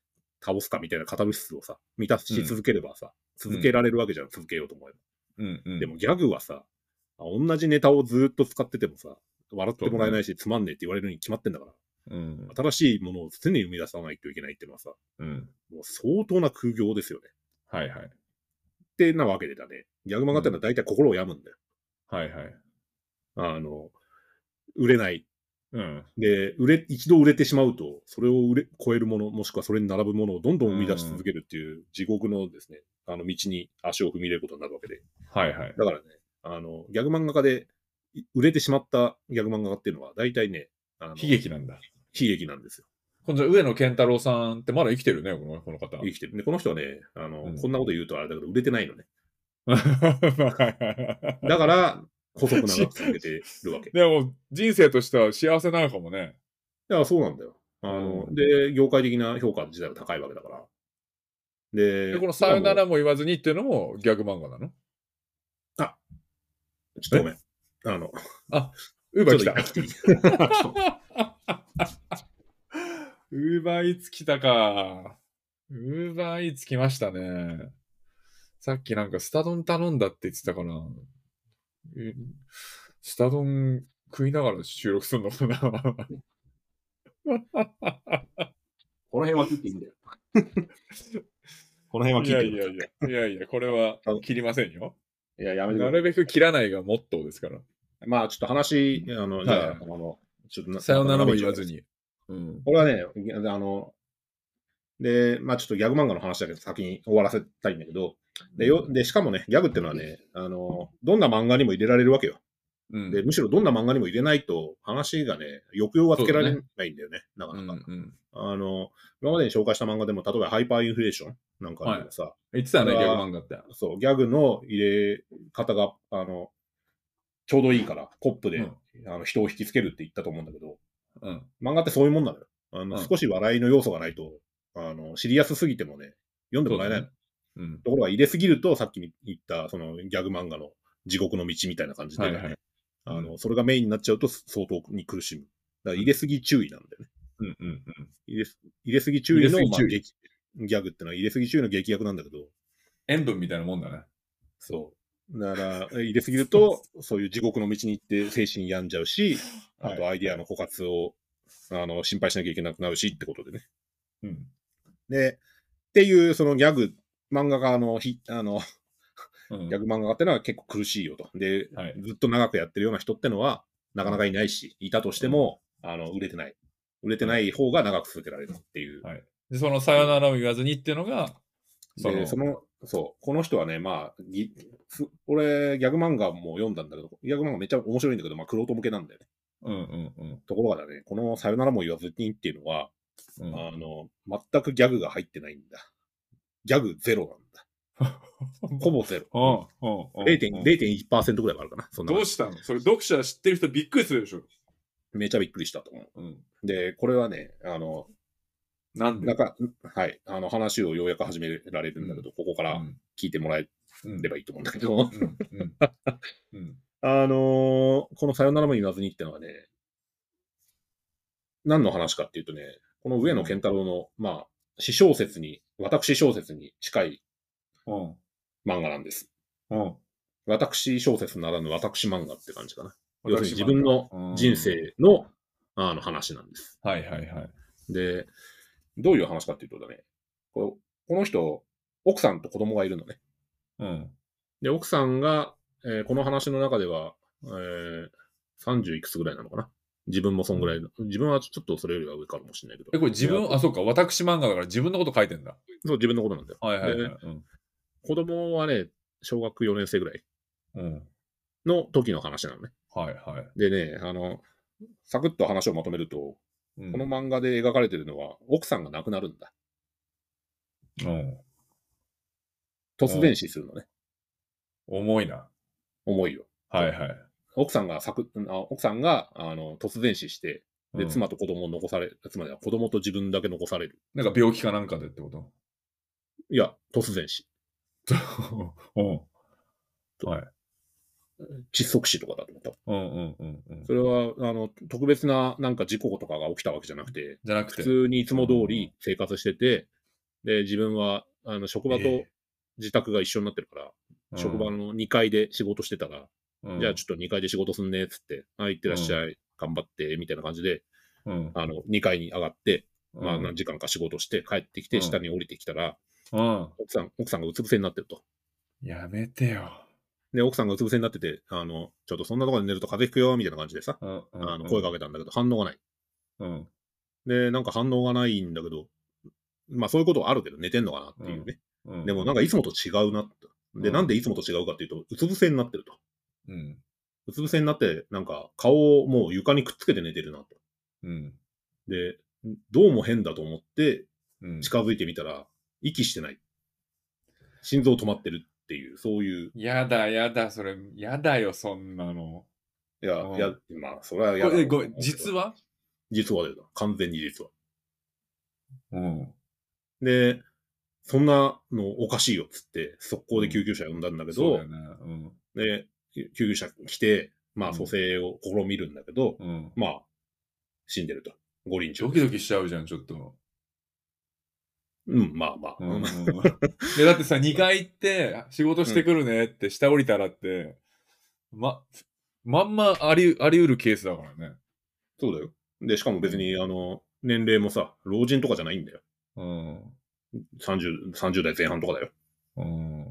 S2: 倒すかみたいなカタルシスをさ、満たし続ければさ、
S1: うん
S2: 続けられるわけじゃん、続けようと思えば。
S1: うんうん。
S2: でもギャグはさ、同じネタをずーっと使っててもさ、笑ってもらえないし、つまんねえって言われるに決まってんだから、
S1: うん、
S2: 新しいものを常に生み出さないといけないっていうのはさ、
S1: うん。
S2: もう相当な空業ですよね。
S1: はいはい。
S2: ってなわけでだね。ギャグ漫画ってのは大体心を病むんだよ。
S1: はいはい。
S2: あの、売れない。
S1: うん。
S2: で、売れ、一度売れてしまうと、それを売れ、超えるもの、もしくはそれに並ぶものをどんどん生み出し続けるっていう地獄のですね、あの道に足を踏み入れることになるわけで。
S1: はいはい。
S2: だからね、あの、ギャグ漫画家で、い売れてしまったギャグ漫画家っていうのは、大体ね、あの
S1: 悲劇なんだ。
S2: 悲劇なんですよ。
S1: この上野健太郎さんってまだ生きてるね、このこの方。
S2: 生きてる。で、この人はね、あの、
S1: うん
S2: こんなこと言うとあれだけど、売れてないのね。
S1: だ
S2: だから、細く長く続けてるわけ。い
S1: でも、人生としては幸せなのかもね。
S2: や、そうなんだよ。あの、
S1: う
S2: で、業界的な評価自体は高いわけだから。で、
S1: で、このさよな
S2: も
S1: らも言わずにっていうのもギャグ漫画なの
S2: う、ちょっとごめん。あの、
S1: ウーバー来
S2: ちょっ
S1: た。
S2: と一回来ていい
S1: ウーバーイーツ来たか。ウーバーイーツ来ましたね。さっきなんかスタ丼頼んだって言ってたかな。えスタ丼食いながら収録するのかな
S2: この辺は切っていいんだよ。この辺はい切っ
S1: や
S2: ていい
S1: い
S2: ん
S1: やいや、いやいや、これは切りませんよ。
S2: いや、やめてく
S1: な
S2: ださい
S1: るべく切らないがモットーですから。
S2: まあ、ちょっと話、あの、じゃあ、
S1: はい
S2: あの、ちょっと
S1: さよならも言わず。に。うん。
S2: これはね、あの、で、まあちょっとギャグ漫画の話だけど先に終わらせたいんだけど、で、よでしかもね、ギャグってのはね、あの、どんな漫画にも入れられるわけよ。
S1: うん、
S2: で、むしろどんな漫画にも入れないと話がね、抑揚がつけられ
S1: そう
S2: ないんだよね、なか
S1: う
S2: なんか、
S1: うん。
S2: あの、今までに紹介した漫画でも、例えばハイパーインフレーションなんかでもさ、
S1: 言ってたね、
S2: こ
S1: ギ
S2: れ
S1: ャ
S2: は
S1: グ漫画って。
S2: そう、ギャグの入れ方が、あの、ちょうどいいから、コップで、
S1: うん
S2: あの人を引きつけるって言ったと思うんだけど、
S1: うん。
S2: 漫画ってそういうもんなのよ。あの、
S1: うん
S2: 少し笑いの要素がないと、あの、シリアスすぎてもね、読んでもらえないの。
S1: うん。
S2: ところが入れすぎると、さっき言った、そのギャグ漫画の地獄の道みたいな感じでね、
S1: はいはい
S2: あの、それがメインになっちゃうと相当に苦しむ。だから入れすぎ注意なんだよね。
S1: うんうんうん。
S2: 入れす入れすぎ注意の
S1: 入れすぎ注意
S2: まあ劇ギャグってのは入れすぎ注意の劇薬なんだけど、
S1: 塩分みたいなもんだね。
S2: そう。だから、え入れすぎると、そういう地獄の道に行って精神病んじゃうし、あとアイデアの枯渇を、あの、心配しなきゃいけなくなるしってことでね。
S1: うん。
S2: で、っていう、そのギャグ、漫画家のひ、あの、
S1: うん
S2: ギャグ漫画家ってのは結構苦しいよと。で、
S1: はい
S2: ずっと長くやってるような人ってのは、なかなかいないし、いたとしても、あの、売れてない。売れてない方が長く続けられるっていう。
S1: はいで、そのさよならを言わずにっていうのが、その
S2: で、その、そう、この人はね、まあ、ぎす俺、ギャグ漫画も読んだんだけど、ギャグ漫画めっちゃ面白いんだけど、まあ、クロート向けなんだよね。
S1: うんうん
S2: ところがだね、このさよならも言わずにっていうのは、
S1: うんうん。
S2: あの、全くギャグが入ってないんだ。ギャグゼロなんだ。 ほぼゼロ。
S1: うんうんうん。
S2: 0.1% 0.1%ぐらいはあるかな。そんな
S1: どうしたのそれ読者知ってる人びっくりするでしょ。
S2: めちゃびっくりしたと思
S1: うん。
S2: う。で、これはね、あの、
S1: なんで
S2: なんか、はい、あの話をようやく始められるんだけど、ここから
S1: うん
S2: 聞いてもらえ
S1: うん
S2: ればいいと思うんだけ
S1: う
S2: ど、
S1: んうんうん
S2: あのーこのさよならも言わずにってのはね、何の話かっていうとね、この上野健太郎の、まあ、私小説に、私小説に近い
S1: うん
S2: 漫画なんです。
S1: うん
S2: 私小説ならぬ私漫画って感じかな。要するに
S1: 私
S2: 自
S1: 漫画
S2: 分の
S1: うん
S2: 人生の,、あの話なんです。
S1: はいはいはい。
S2: で、どういう話かっていうとだね、ここの人、奥さんと子供がいるのね。
S1: うん。
S2: で、奥さんが、えーこの話の中では、えー30いくつぐらいなのかな自分もそんぐらいの。自分はちょっとそれよりは上かもしれないけど。
S1: え、これ自分、あ、そうか、私漫画だから自分のこと書いてんだ。
S2: そう、自分のことなんだよ。
S1: はいはいはい
S2: で。
S1: うん
S2: 子供はね、小学4年生ぐらい
S1: うん。
S2: の時の話なのね。
S1: はいはい。
S2: でね、あの、サクッと話をまとめると、
S1: うん
S2: この漫画で描かれてるのは、奥さんが亡くなるんだ。
S1: うん。
S2: 突然死するのね。
S1: 重いな。
S2: 思いを。
S1: はいはい。
S2: 奥さんがサクッあ奥さんが、あの、突然死して、で、
S1: うん
S2: 妻と子供を残され、妻では子供と自分だけ残される。
S1: なんか病気かなんかでってこと
S2: いや、突然死。
S1: うん。
S2: 窒息死とかだと思った。
S1: うんうんうんうん。
S2: それは、あの、特別ななんか事故とかが起きたわけじゃなくて、
S1: じゃなくて。
S2: 普通にいつも通り生活してて、で、自分は、あの、職場
S1: え
S2: と
S1: え
S2: 自宅が一緒になってるから、職場の2階で仕事してたら、
S1: うん、
S2: じゃあちょっと2階で仕事すんね、つって、あ、行ってらっしゃい、頑張って、みたいな感じで、
S1: うん、
S2: あの、2階に上がって、
S1: うん、
S2: まあ何時間か仕事して帰ってき
S1: う
S2: て、
S1: ん
S2: 下に降りてきたら、
S1: うん。
S2: 奥さん、奥さんがうつ伏せになってると。
S1: やめてよ。
S2: で、奥さんがうつ伏せになってて、あの、ちょっとそんなところで寝ると風邪ひくよ、みたいな感じでさ、
S1: うんうんうん
S2: あの、声かけたんだけど、反応がない。
S1: うん。
S2: で、なんか反応がないんだけど、まあそういうことはあるけど、寝てんのかなっていうね。
S1: うん、
S2: でもなんかいつもと違うなって。で、
S1: うん
S2: なんでいつもと違うかっていうと、うつ伏せになってると。
S1: うん。
S2: うつ伏せになって、なんか顔をもう床にくっつけて寝てるなと。
S1: うん。
S2: で、どうも変だと思って
S1: うん。
S2: 近づいてみたら、息してない。心臓止まってるっていう、そういう、
S1: やだやだ、それ、やだよ、そんなの。
S2: いや、
S1: うん
S2: いや、まあ、それはや
S1: こ
S2: だ
S1: れえごめん、実は
S2: 実はだよな。完全に実は。
S1: うん。
S2: で、そんなのおかしいよっつって、速攻で救急車呼んだんだけ
S1: そう
S2: ど
S1: だよ、ね。うん。
S2: で、救急車来て、ま
S1: う
S2: あ、
S1: ん
S2: 蘇生を試みるんだけど、
S1: うん。
S2: まあ、死んでると。五輪中
S1: ド。キドキしちゃうじゃん、ちょっと。
S2: うん、まあまあ。
S1: うんうんうん、 でだってさ、2階行って、仕事してくるねって、下降りたらって、ま、まんまありあり得るケースだからね。
S2: そうだよ。で、しかも別に、あの、年齢もさ、老人とかじゃないんだよ。
S1: うん。
S2: 30、30代前半とかだよ。
S1: うん。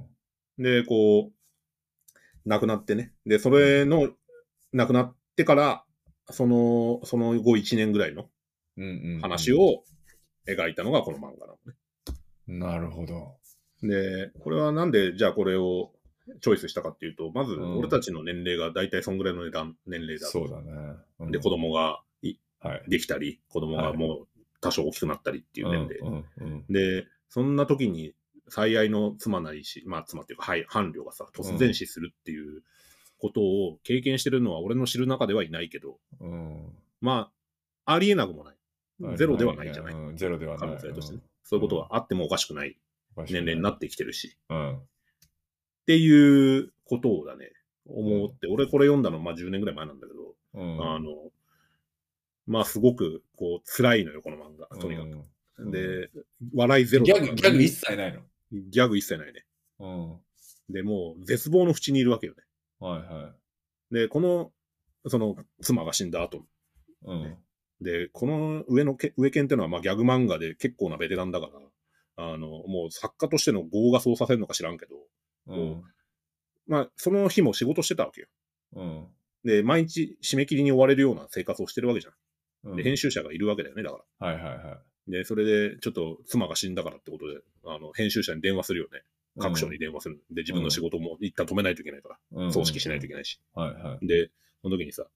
S2: で、こう、亡くなってね。で、それの、亡くなってから、その、その後1年ぐらいの
S1: うんうんうん
S2: 話。を描いたのがこの漫画な
S1: なるほど。
S2: のね。で、これはなんで、じゃあこれをチョイスしたかっていうと、まず、
S1: うん
S2: 俺たちの年齢が大体そんぐらいの値段年齢だと。
S1: そうだね。うん
S2: で、子供がい
S1: はい。
S2: できたり、子供がもう多少大きくなったりっていう年齢。
S1: うんうん
S2: で、そんな時に最愛の妻なりし、まあ妻っていうか、はい、伴侶がさ、突然死するっていうことを経験してるのは俺の知る中ではいないけど、
S1: うん
S2: まあ、ありえなくもない。
S1: うん
S2: ゼロではないじゃない。
S1: うんゼロでは
S2: 可
S1: ない。
S2: 能性としてね。そういうことはあってもおかしくない年齢になってきてるし。
S1: た。うん。
S2: っていうことをだね、思って、俺これ読んだの、まあ10年ぐらい前なんだけど、
S1: うん
S2: あの、まあすごく、こう、辛いのよ、この漫画、とにか
S1: う
S2: く。
S1: ん
S2: で、笑いゼ
S1: うん
S2: ロ
S1: ギ
S2: だか
S1: ャ
S2: ら
S1: グ、ギャグ一切ないの。
S2: ギャグ一切ないね。
S1: うん。
S2: で、もう絶望の淵にいるわけよね。
S1: はいは
S2: で、この、その、妻が死んだ後。
S1: い。うん。
S2: ねで、この上のけ、上剣っていうのは、まあギャグ漫画で結構なベテランだから、あの、もう作家としての業がそうさせるのか知らんけど、
S1: うん。
S2: まあ、その日も仕事してたわけよ。
S1: うん。
S2: で、毎日締め切りに追われるような生活をしてるわけじゃん。
S1: うん
S2: で、編集者がいるわけだよね、だから。
S1: はいはいは
S2: で、それで、ちょっと妻が死んだからってことで、あの、編集者に電話するよね。
S1: い。
S2: 各所に電話する。で、自分の仕事も一旦止めないといけないか
S1: うん
S2: ら、葬式しないといけないし。
S1: はいはい。
S2: で、その時にさ、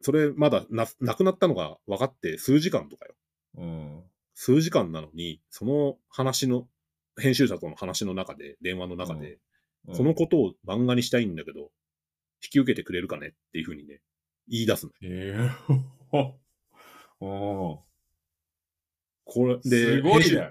S2: それまだな、亡くなったのが分かって数時間とかよ。
S1: うん。
S2: 数時間なのに、その話の、編集者との話の中で、電話の中で、
S1: うん
S2: そのことを漫画にしたいんだけど、引き受けてくれるかねっていうふうにね、 言い出すの。
S1: ええおー
S2: これ、で、
S1: すご
S2: 編
S1: い
S2: 集
S1: ね。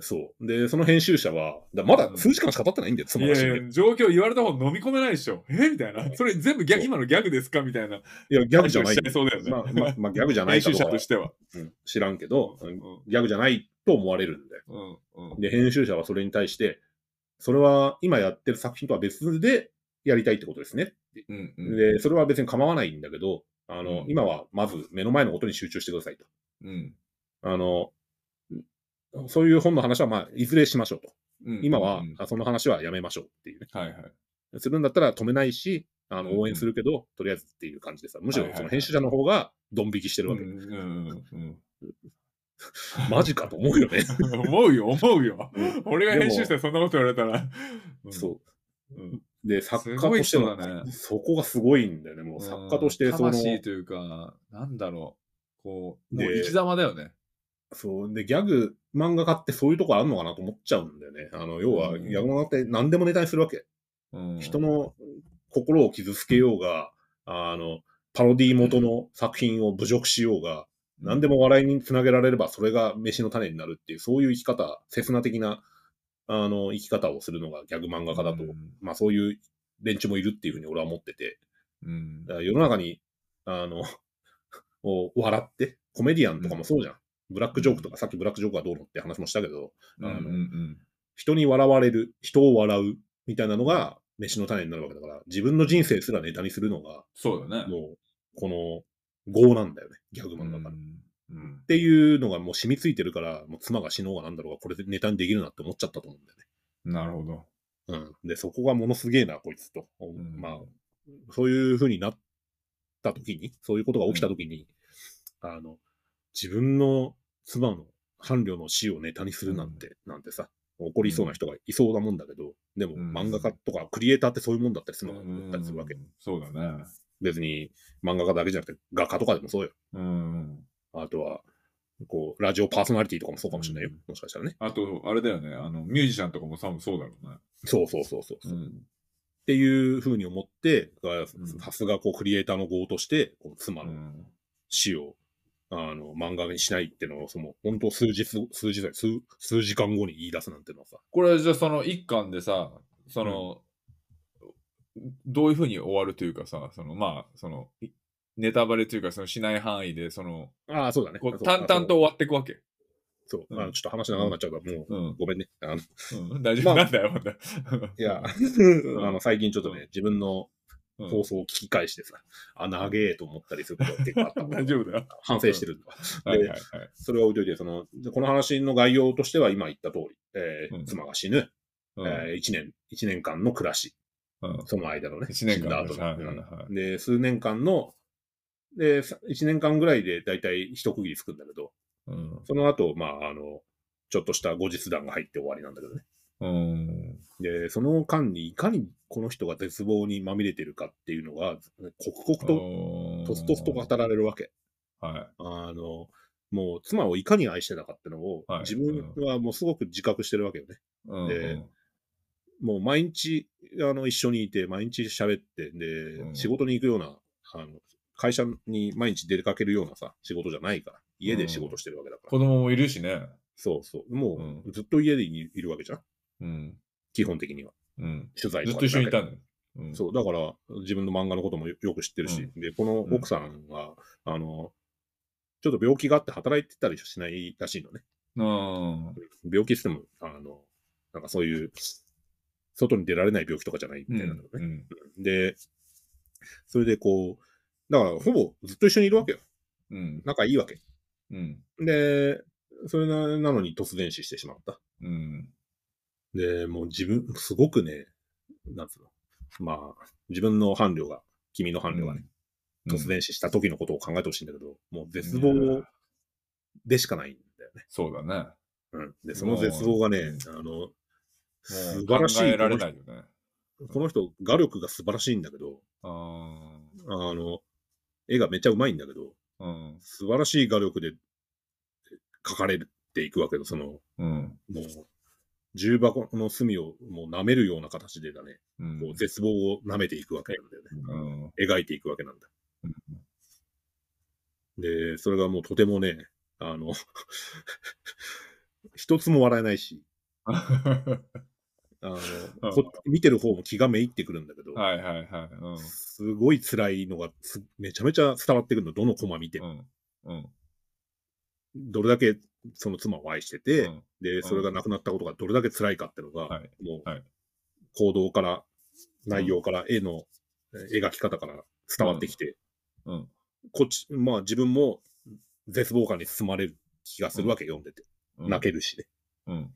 S2: そう。で、その編集者は、だまだ数時間しか経ってないんだよ、そ
S1: い
S2: の
S1: や
S2: 話で。
S1: いや、状況言われた方が飲み込めないでしょ。えみたいな。それ全部ギャグ、今のギャグですかみたいな。
S2: いや、ギャグじゃない
S1: し。ちゃいそうだよね。
S2: まあ、まあ、まあ、ギャグじゃない
S1: 編集
S2: かどう
S1: 者
S2: か
S1: としては。
S2: うん知らんけど、
S1: う
S2: うんんギャグじゃないと思われるんだよ。
S1: うんうん
S2: で、編集者はそれに対して、それは今やってる作品とは別でやりたいってことですね。
S1: うんうん
S2: で、それは別に構わないんだけど、あの、
S1: うん
S2: 今はまず目の前のことに集中してくださいと。
S1: うん
S2: あの、そういう本の話は、まあ、いずれしましょうと。
S1: うん
S2: 今は、
S1: うん
S2: あその話はやめましょうっていうね。
S1: はいはい。
S2: するんだったら止めないし、あ
S1: うんう
S2: の
S1: ん
S2: 応援するけど、とりあえずっていう感じでさ、むしろ
S1: はいはい
S2: そ
S1: は
S2: の
S1: い
S2: 編集者の方がドン引きしてる
S1: う
S2: わ
S1: ん
S2: け。
S1: うんうん
S2: マジかと思うよね。
S1: うん 思うよ、思うよ。
S2: うん
S1: 俺が編集者にそんなこと言われたら。
S2: そ
S1: うん。
S2: う。で、作家として
S1: すごい人だ
S2: の、
S1: ね
S2: そこがすごいんだよね。もう作家として、その、
S1: 魂というか、なんだろう。こう、もう
S2: で
S1: 生き様だよね。
S2: そう、で、ギャグ、漫画家ってそういうとこあるのかなと思っちゃうんだよね。あの、要は、
S1: うん
S2: ギャグ漫画って何でもネタにするわけ。
S1: うん
S2: 人の心を傷つけようが、あの、パロディ元の作品を侮辱しようが、何でも笑いにつなげられれば、それが飯の種になるっていう、そういう生き方、セスナ的な、あの、生き方をするのがギャグ漫画家だと、
S1: うん
S2: まあそういう連中もいるっていうふうに俺は思ってて、
S1: うん
S2: だから世の中に、あの、 を笑って、コメディアンとかもそうじゃん。ブラックジョークとか、さっきブラックジョークがどうのって話もしたけど、
S1: うんう
S2: あの
S1: ん
S2: 人に笑われる、人を笑う、みたいなのが、飯の種になるわけだから、自分の人生すらネタにするのが、
S1: そうだね。
S2: もう、この、業なんだよね、ギャグ
S1: う
S2: 漫画から。っ
S1: んうん
S2: ていうのがもう染みついてるから、もう妻が死のうがなんだろうが、これでネタにできるなって思っちゃったと思うんだよね。
S1: なるほど。
S2: うん。で、そこがものすげえな、こいつと。
S1: ん
S2: まあ、そういう風になった時に、そういうことが起きた時に、あの、自分の妻の伴侶の死をネタにするなんて、なんてさ、起こりそうな人がいそうなもんだけど、でも
S1: うん
S2: 漫画家とかクリエイターってそういうもんだったりするのかなと思ったりするわけ。
S1: うんそうだね。
S2: 別に漫画家だけじゃなくて画家とかでもそうよ。
S1: うん。
S2: あとは、こう、ラジオパーソナリティとかもそうかもしれないよ。もしかしたらね。
S1: あと、あれだよね。あの、ミュージシャンとかも多分そうだろうね。
S2: そうそうそうそう。
S1: うん
S2: っていう風に思って、
S1: ん
S2: さすがこうクリエイターの業として、こう妻
S1: う
S2: の
S1: ん。
S2: 死を、あの、漫画にしないってのを、その、本当数日、数日、数、数時間後に言い出すなんてのはさ、
S1: これはじゃあその一巻でさ、その、どういうふうに終わるというかさ、そのまあ、その、いネタバレというか、そのしない範囲で、その、
S2: ああ、そうだね。
S1: こ
S2: あ
S1: う
S2: そう
S1: 淡々と。終わっていくわけ。
S2: あそうそう
S1: うん
S2: あのちょっと話長くなっちゃうから、もう、
S1: うん。
S2: ごめんね。あの、い
S1: うん大丈夫
S2: まあ
S1: なんだよ、まだ。
S2: や、
S1: ん
S2: あの、最近ちょっとね、自分の
S1: うん
S2: 放送を聞き返してさ、あ、長えと思ったりすることが結構あったもん
S1: 大丈夫だよ。
S2: 反省してるんだわ。
S1: はいはいはい。
S2: それは置いといて、その、この話の概要としては今言った通り、えー
S1: うん
S2: 妻が死ぬ、
S1: うん
S2: えー、1年、一年間の暮らし、
S1: うん
S2: その間のね、
S1: 一年
S2: 死んだ
S1: 間
S2: 後
S1: の
S2: の、
S1: はいはいは
S2: うんで、数年間の、で、さ一年間ぐらいで大体一区切りつくんだけど、
S1: うん
S2: その後、まあ、あの、ちょっとした後日談が入って終わりなんだけどね。
S1: うん。
S2: で、その間にいかにこの人が絶望にまみれてるかっていうのが、刻々
S1: と
S2: と、とつとつと語られるわけ。
S1: は
S2: あの、もう妻をいかに愛してたかってのを、
S1: はい
S2: 自分はもうすごく自覚してるわけよね。
S1: い。うん
S2: でもう毎日、あの、一緒にいて、毎日喋って、で、
S1: うん
S2: 仕事に行くような、あの、会社に毎日出かけるようなさ、仕事じゃないから、家で仕事してるわけだから。
S1: 子供もいるしね。
S2: そうそう。も
S1: う
S2: う、ずっと家でいいるわけじゃん
S1: うん。
S2: 基本的には。
S1: うん。
S2: 取材
S1: ず
S2: と
S1: っと
S2: かで
S1: 一緒にいたのよ。うん
S2: そう、だから、自分の漫画のこともよよく知ってるし、
S1: う
S2: で、この奥さんは、あの、ちょっと病気があって働いてたりしないらしいのね。
S1: うん。
S2: 病気しても、あの、なんかそういう、外に出られない病気とかじゃないみたいなのね。
S1: うん
S2: で、それでこう、だからほぼずっと一緒にいるわけよ。
S1: うん。
S2: 仲いいわけ。
S1: うん。
S2: で、それななのに突然死してしまった。
S1: うん。
S2: で、もう自分、すごくね、なんつうの。まあ、自分の伴侶が、君の伴侶が
S1: う
S2: ね、
S1: ん
S2: 突然死した時のことを考えてほしいんだけど、もう絶望でしかないんだよね。
S1: そうだね。
S2: うん。で、その絶望がね、あの、
S1: も
S2: 素
S1: う
S2: 晴らしい。
S1: 考えられないよね。
S2: この人、画力が素晴らしいんだけど、
S1: あ
S2: あの、絵がめっちゃうまいんだけど、
S1: あ。うん。
S2: 素晴らしい画力で描かれていくわけど、その、も
S1: うん。
S2: う、重箱の隅をもう舐めるような形でだね、
S1: うん
S2: こう絶望を舐めていくわけなんだよね。描いていくわけなんだ。で、それがもうとてもね、あの、 一つも笑えないし、あ
S1: う
S2: の、
S1: ん
S2: こ見てる方も気がめいってくるんだけど、
S1: はいはいはい。うん。
S2: すごい辛いのがつめちゃめちゃ伝わってくるの、どのコマ見て
S1: う
S2: も。
S1: ん。うん。
S2: どれだけその妻を愛してて、
S1: うん
S2: で、それが亡くなったことがどれだけ辛いかってのが、
S1: はい
S2: もう、
S1: はい
S2: 行動から、内容から、絵の、えー描き方から伝わってきて、
S1: うんうん
S2: こっち、まあ自分も絶望感に包まれる気がするわけ、読んでて。
S1: うん
S2: 泣けるしね。
S1: うん。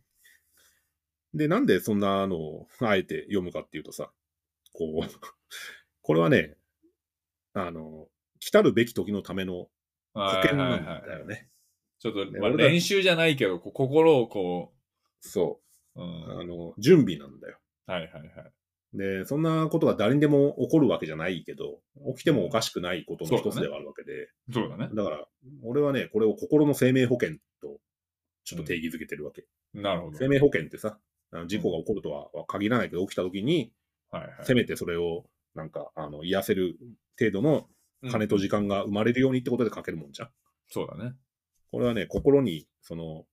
S2: で、なんでそんなのを、あえて読むかっていうとさ、こう、 これはね、あの、来たるべき時のための保
S1: はい
S2: 険
S1: は
S2: ない
S1: は
S2: んだ
S1: い。
S2: よね。
S1: ちょっと、
S2: ね
S1: まあ、
S2: 俺ら
S1: 練習じゃないけど、こ心をこ、
S2: そう
S1: う
S2: う。
S1: ん。は
S2: あ
S1: い
S2: の、準備なんだよ。
S1: はいはい。
S2: で、そんなことが誰にでも起こるわけじゃないけど、起きてもおかしくないことの一つではあるわけで、
S1: そうだね。
S2: だから、俺はね、これを心の生命保険と、ちょっと定義づけてるわけ。
S1: なるほど。
S2: 生命保険ってさ、あの事故が起こるとは限らないけど、起きた時に、
S1: はい
S2: せめてそれを、なんか、あの、癒せる程度の
S1: はい。
S2: 金と時間が生まれるようにってことで書けるもんじゃん。
S1: そうだね。
S2: これはね、心に、その、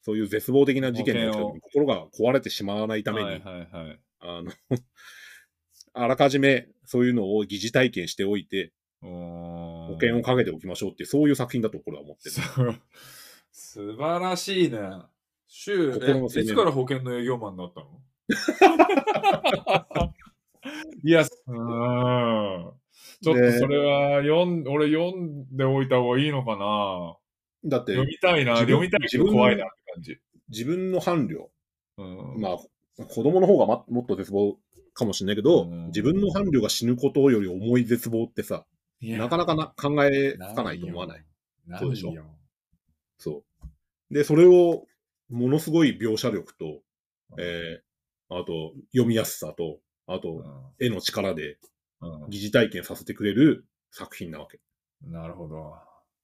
S2: そういう絶望的な事件が起きた時に心が壊れてしまわないために、
S1: はいはいはい。
S2: あの、 あらかじめそういうのを疑似体験しておいて、
S1: 保
S2: 保険をかけておきましょうっていう、そういう作品だと俺は思ってる。
S1: そう素晴らしいね。週、え
S2: 心の生命
S1: いつから保険の営業マンになったのいや、うん。ちょっと
S2: で
S1: それは読ん、俺読んでおいた方がいいのかな
S2: だって、
S1: 読みたいな、
S2: 自
S1: 読
S2: 分
S1: みたいけ
S2: 自
S1: ど
S2: 分の
S1: 怖いなって感じ。
S2: 自分の伴侶、
S1: うん、
S2: まあ、子供の方が、ま、もっと絶望かもしれないけど、
S1: うん
S2: 自分の伴侶が死ぬことより重い絶望ってさ、
S1: いや
S2: なかなかな考えつかないと思わない。。
S1: な
S2: そう
S1: い
S2: でしょ
S1: よ。
S2: そう。で、それを、ものすごい描写力と、
S1: うん
S2: えー、あと、読みやすさと、あ
S1: う
S2: と、
S1: ん
S2: 絵の力で
S1: う
S2: 疑似体験させてくれる作品なわけ。
S1: んなるほど。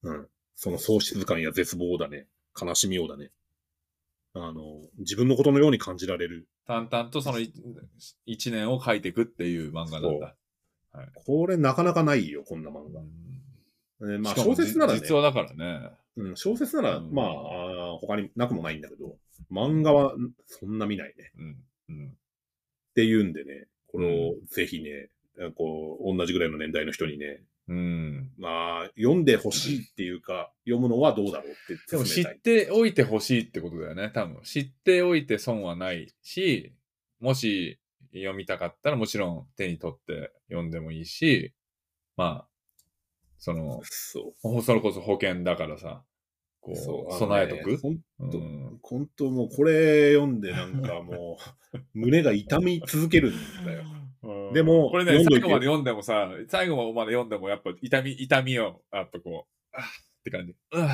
S2: うん。その喪失感や絶望だね、悲しみをだね。あの、自分のことのように感じられる。
S1: 淡々とそのい一年を書いていくっていう漫画なんだ。
S2: これなかなかないよ、こんな漫画。
S1: うん
S2: えーまあ
S1: しかも
S2: 小説ならね、
S1: 実話だからね。
S2: うん、小説なら、
S1: うん
S2: まああー、他になくもないんだけど、漫画はんそんな見ないね。
S1: うん。うん。
S2: っていうんでね、これをぜひね、こう、同じぐらいの年代の人にね、
S1: うん。
S2: まあ、読んでほしいっていうか、読むのはどうだろうって
S1: でも
S2: 勧
S1: 知
S2: めたい
S1: っておいてほしいってことだよね、多分。知っておいて損はないし、もし読みたかったらもちろん手に取って読んでもいいし、まあ、その、
S2: そ
S1: それこそ保険だからさ、こ
S2: う。
S1: う、
S2: そう。
S1: 備えとく。
S2: あのねほんと
S1: うん
S2: 本当もうこれ読んでなんかも う、胸が痛み続けるんだよ。
S1: うん
S2: でも
S1: これね、
S2: 読
S1: 最
S2: んどいて
S1: 後まで読んでもさ、最後まで読んでもやっぱ痛み、痛みを、やっぱこう、あーって感じ。うわ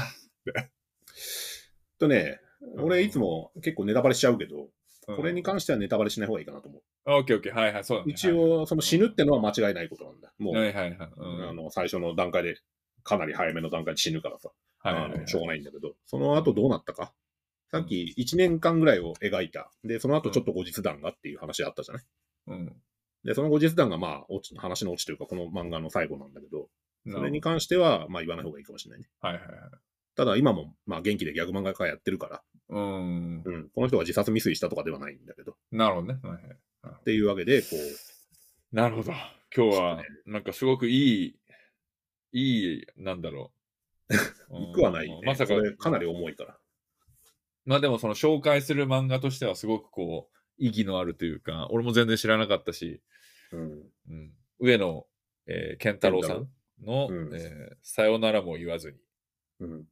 S2: とね、
S1: うん
S2: 俺いつも結構ネタバレしちゃうけど、
S1: ー
S2: これに関してはネタバレしない方がいいかなと思う。
S1: うんオッケーオッケー、はいはい、そうだね。
S2: 一応、その死ぬってのは間違いないことなんだ。もう、
S1: はい、はいはいはい。うん
S2: あの、最初の段階で、かなり早めの段階で死ぬからさ。
S1: はいは
S2: あ
S1: いはい
S2: のしょうがないんだけど、その後どうなったか。さっき1年間ぐらいを描いた。で、その後ちょっと後日談がっていう話あったじゃない。
S1: うん
S2: で、その後日談がまあ、落ち話の落ちというか、この漫画の最後なんだけど、それに関しては、まあ言わない方がいいかもしれないね。
S1: はいはいはい。
S2: ただ今も、まあ元気でギャグ漫画家やってるから、
S1: うーん。
S2: うん、この人が自殺未遂したとかではないんだけど、
S1: なるほどね。はいはい
S2: っていうわけで、こ
S1: なるほど。今日
S2: ちょ
S1: は
S2: っとね、
S1: なんかすごくいい、いい、なんだろう。
S2: う、行くは ない、ね
S1: う。んまさか
S2: こ、れかなり重いから。
S1: まあでもその紹介する漫画としてはすごくこう、意義のあるというか、俺も全然知らなかったし、
S2: うん。
S1: うん、上野、えー健太郎さんの、
S2: 健太郎うん
S1: えーさよならも言わずに。
S2: うん。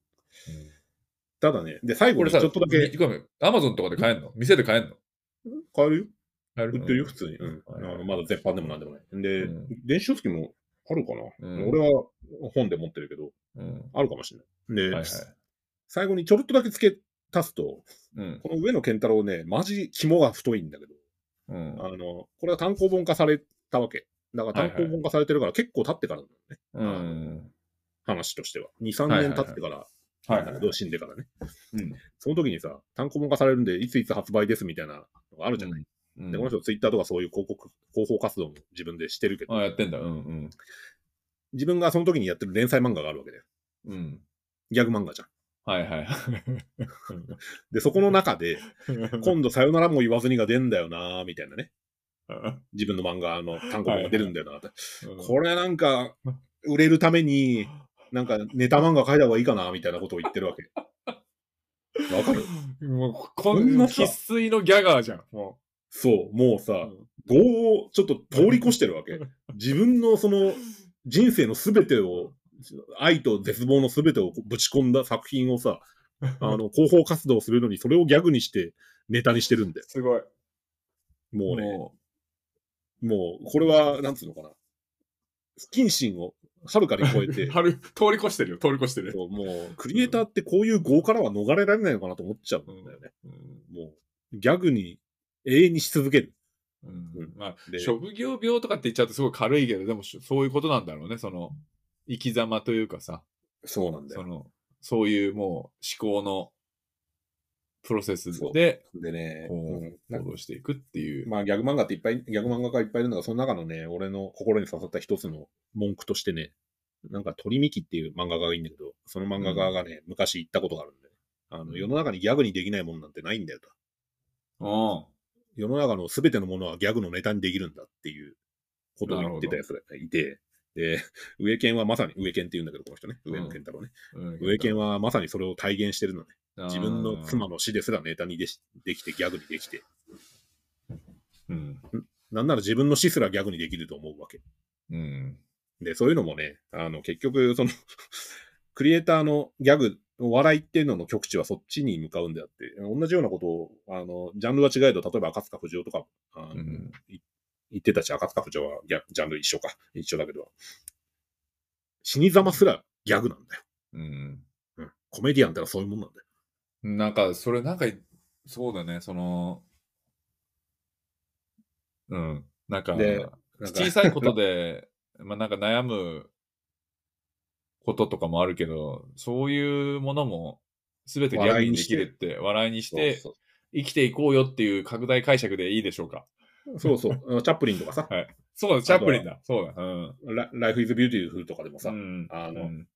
S2: ただね、で、最後
S1: これ
S2: に
S1: さ、
S2: ちょっとだけ
S1: アマゾンとかで買えるの店で買えるの
S2: 変えるよ。
S1: 買える
S2: 売ってるよ、普通に。うん。あのまだ絶版でもなんでもない。で、
S1: うん
S2: 電子書籍もあるかな、
S1: うん
S2: 俺は本で持ってるけど、
S1: うん。
S2: あるかもしれない。で、
S1: はいはい。
S2: 最後にちょろっとだけ付け足すと、
S1: うん。
S2: この上野健太郎ね、マジ肝が太いんだけど、
S1: うん
S2: あの、これは単行本化されたわけ。だから単行本化されてるから結構経ってからなんだよね、
S1: うん。
S2: 話としては。2、3年経ってから、
S1: はい
S2: だ
S1: は
S2: け
S1: い。
S2: ど死んでからね。
S1: うん
S2: その時にさ、単行本化されるんで、いついつ発売ですみたいなのがあるじゃない。
S1: うん
S2: で、この人ツイッターとかそういう広告、広報活動も自分でしてるけど、
S1: あやってんだ。うん
S2: 自分がその時にやってる連載漫画があるわけだよ。
S1: うん。うん。
S2: ギャグ漫画じゃん。
S1: はいはい。
S2: で、そこの中で、今度さよならも言わずにが出んだよなみたいなね。自分の漫画の単語が出るんだよなって。これなんか、売れるために、なんかネタ漫画書いた方がいいかなみたいなことを言ってるわけ。わかる
S1: れ、もうこ
S2: こ
S1: ん
S2: ん
S1: な
S2: な
S1: 生
S2: さ
S1: っ粋のギャガーじゃん。も
S2: そう、もう
S1: う
S2: さ、業をちょっと通り越してるわけ。自分のその人生のすべてを、愛と絶望のすべてをぶち込んだ作品をさ、あの、広報活動をするのに、それをギャグにして、ネタにしてるんだよ。
S1: す ごい。
S2: もうね、
S1: も
S2: もう、これは、なんつうのかな。不謹慎を、はるかに超え
S1: う
S2: て、
S1: はる通り越してるよ、通り越してる。
S2: そうもう、クリエイターってこういう業からは逃れられないのかなと思っちゃうんだよね。
S1: うん
S2: もう、ギャグに永遠にし続ける。
S1: うんまあ、
S2: で
S1: 職業病とかって言っちゃうとすごい軽いけど、でもしそういうことなんだろうね、その、生き様というかさ、
S2: そうなんだ
S1: そ
S2: よ。
S1: の、そういうもう思考のプロセスで
S2: でね、
S1: こう
S2: うんなん
S1: 行動していくっていう。
S2: まあ、ギャグ漫画っていっぱい、ギャグ漫画家いっぱいいるんだが、その中のね、俺の心に刺さった一つの文句としてね、なんか鳥ミキっていう漫画家がいいんだけど、その漫画家がね、昔言ったことがあるんだよ。あの、世の中にギャグにできないもんなんてないんだよと。世の中のすべてのものはギャグのネタにできるんだっていうことを言ってたやつがいて、で、上健はまさに、上健って言うんだけど、この人ね、上野健太郎ね。
S1: うん
S2: 上健はまさにそれを体現してるのね。
S1: あー
S2: 自分の妻の死ですらネタにでしできて、ギャグにできて。
S1: うん。
S2: なんなら自分の死すらギャグにできると思うわけ。
S1: うん。
S2: で、そういうのもね、あの、結局、その、 クリエイターのギャグ、お笑いっていうのの極地はそっちに向かうんであって、同じようなことを、あの、ジャンルは違えど、例えば赤塚不二夫とか、あ
S1: う
S2: の
S1: ん
S2: 言ってたし、赤塚不二夫はギャジャンル一緒か、一緒だけど、死に様すらギャグなんだよ。
S1: うん。
S2: うん。コメディアンってのはそういうもんなんだよ。
S1: なんか、それなんか、そうだね、その、うん。なんか、
S2: でなんか
S1: 小さいことで、 まあなんか悩むこととかもあるけど、そういうものも全てギャグにできるって、笑いにして、
S2: そう
S1: 生きていこうよっていう拡大解釈でいいでしょうか。
S2: そうそう そう。チャップリンとかさ、
S1: そうだ、チャップリンだ。そうだ。うん。
S2: ラライフイズビューティフルとかでもさ、
S1: うん、
S2: あの
S1: うん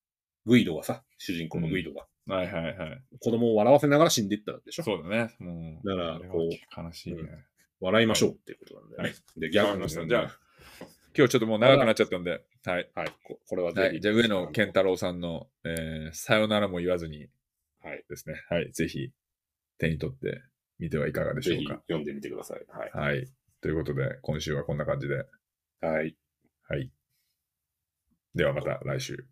S2: グイドがさ、主人公のグイドが、
S1: はいはいはい。
S2: 子供を笑わせながら死んでいったでしょ。
S1: そうだね。もう。
S2: だから
S1: あれは
S2: こ
S1: 悲しいね。
S2: う笑いましょうっていうことなんだよね。
S1: はい
S2: で、ギャ
S1: わかり
S2: グ
S1: ま
S2: の
S1: したじゃあ今日ちょっともう長くなっちゃったんで、はい。
S2: はい、ここれはぜひ、
S1: はい、じゃあ上野健太郎さんの、えーさよならも言わずに
S2: はい、
S1: ですね、はい、ぜひ手に取ってみてはいかがでし
S2: ぜ
S1: ょ
S2: ひ
S1: うか。
S2: 読んでみてください。はい。
S1: はい。ということで、今週はこんな感じで、
S2: はい。
S1: はい。ではまた来週。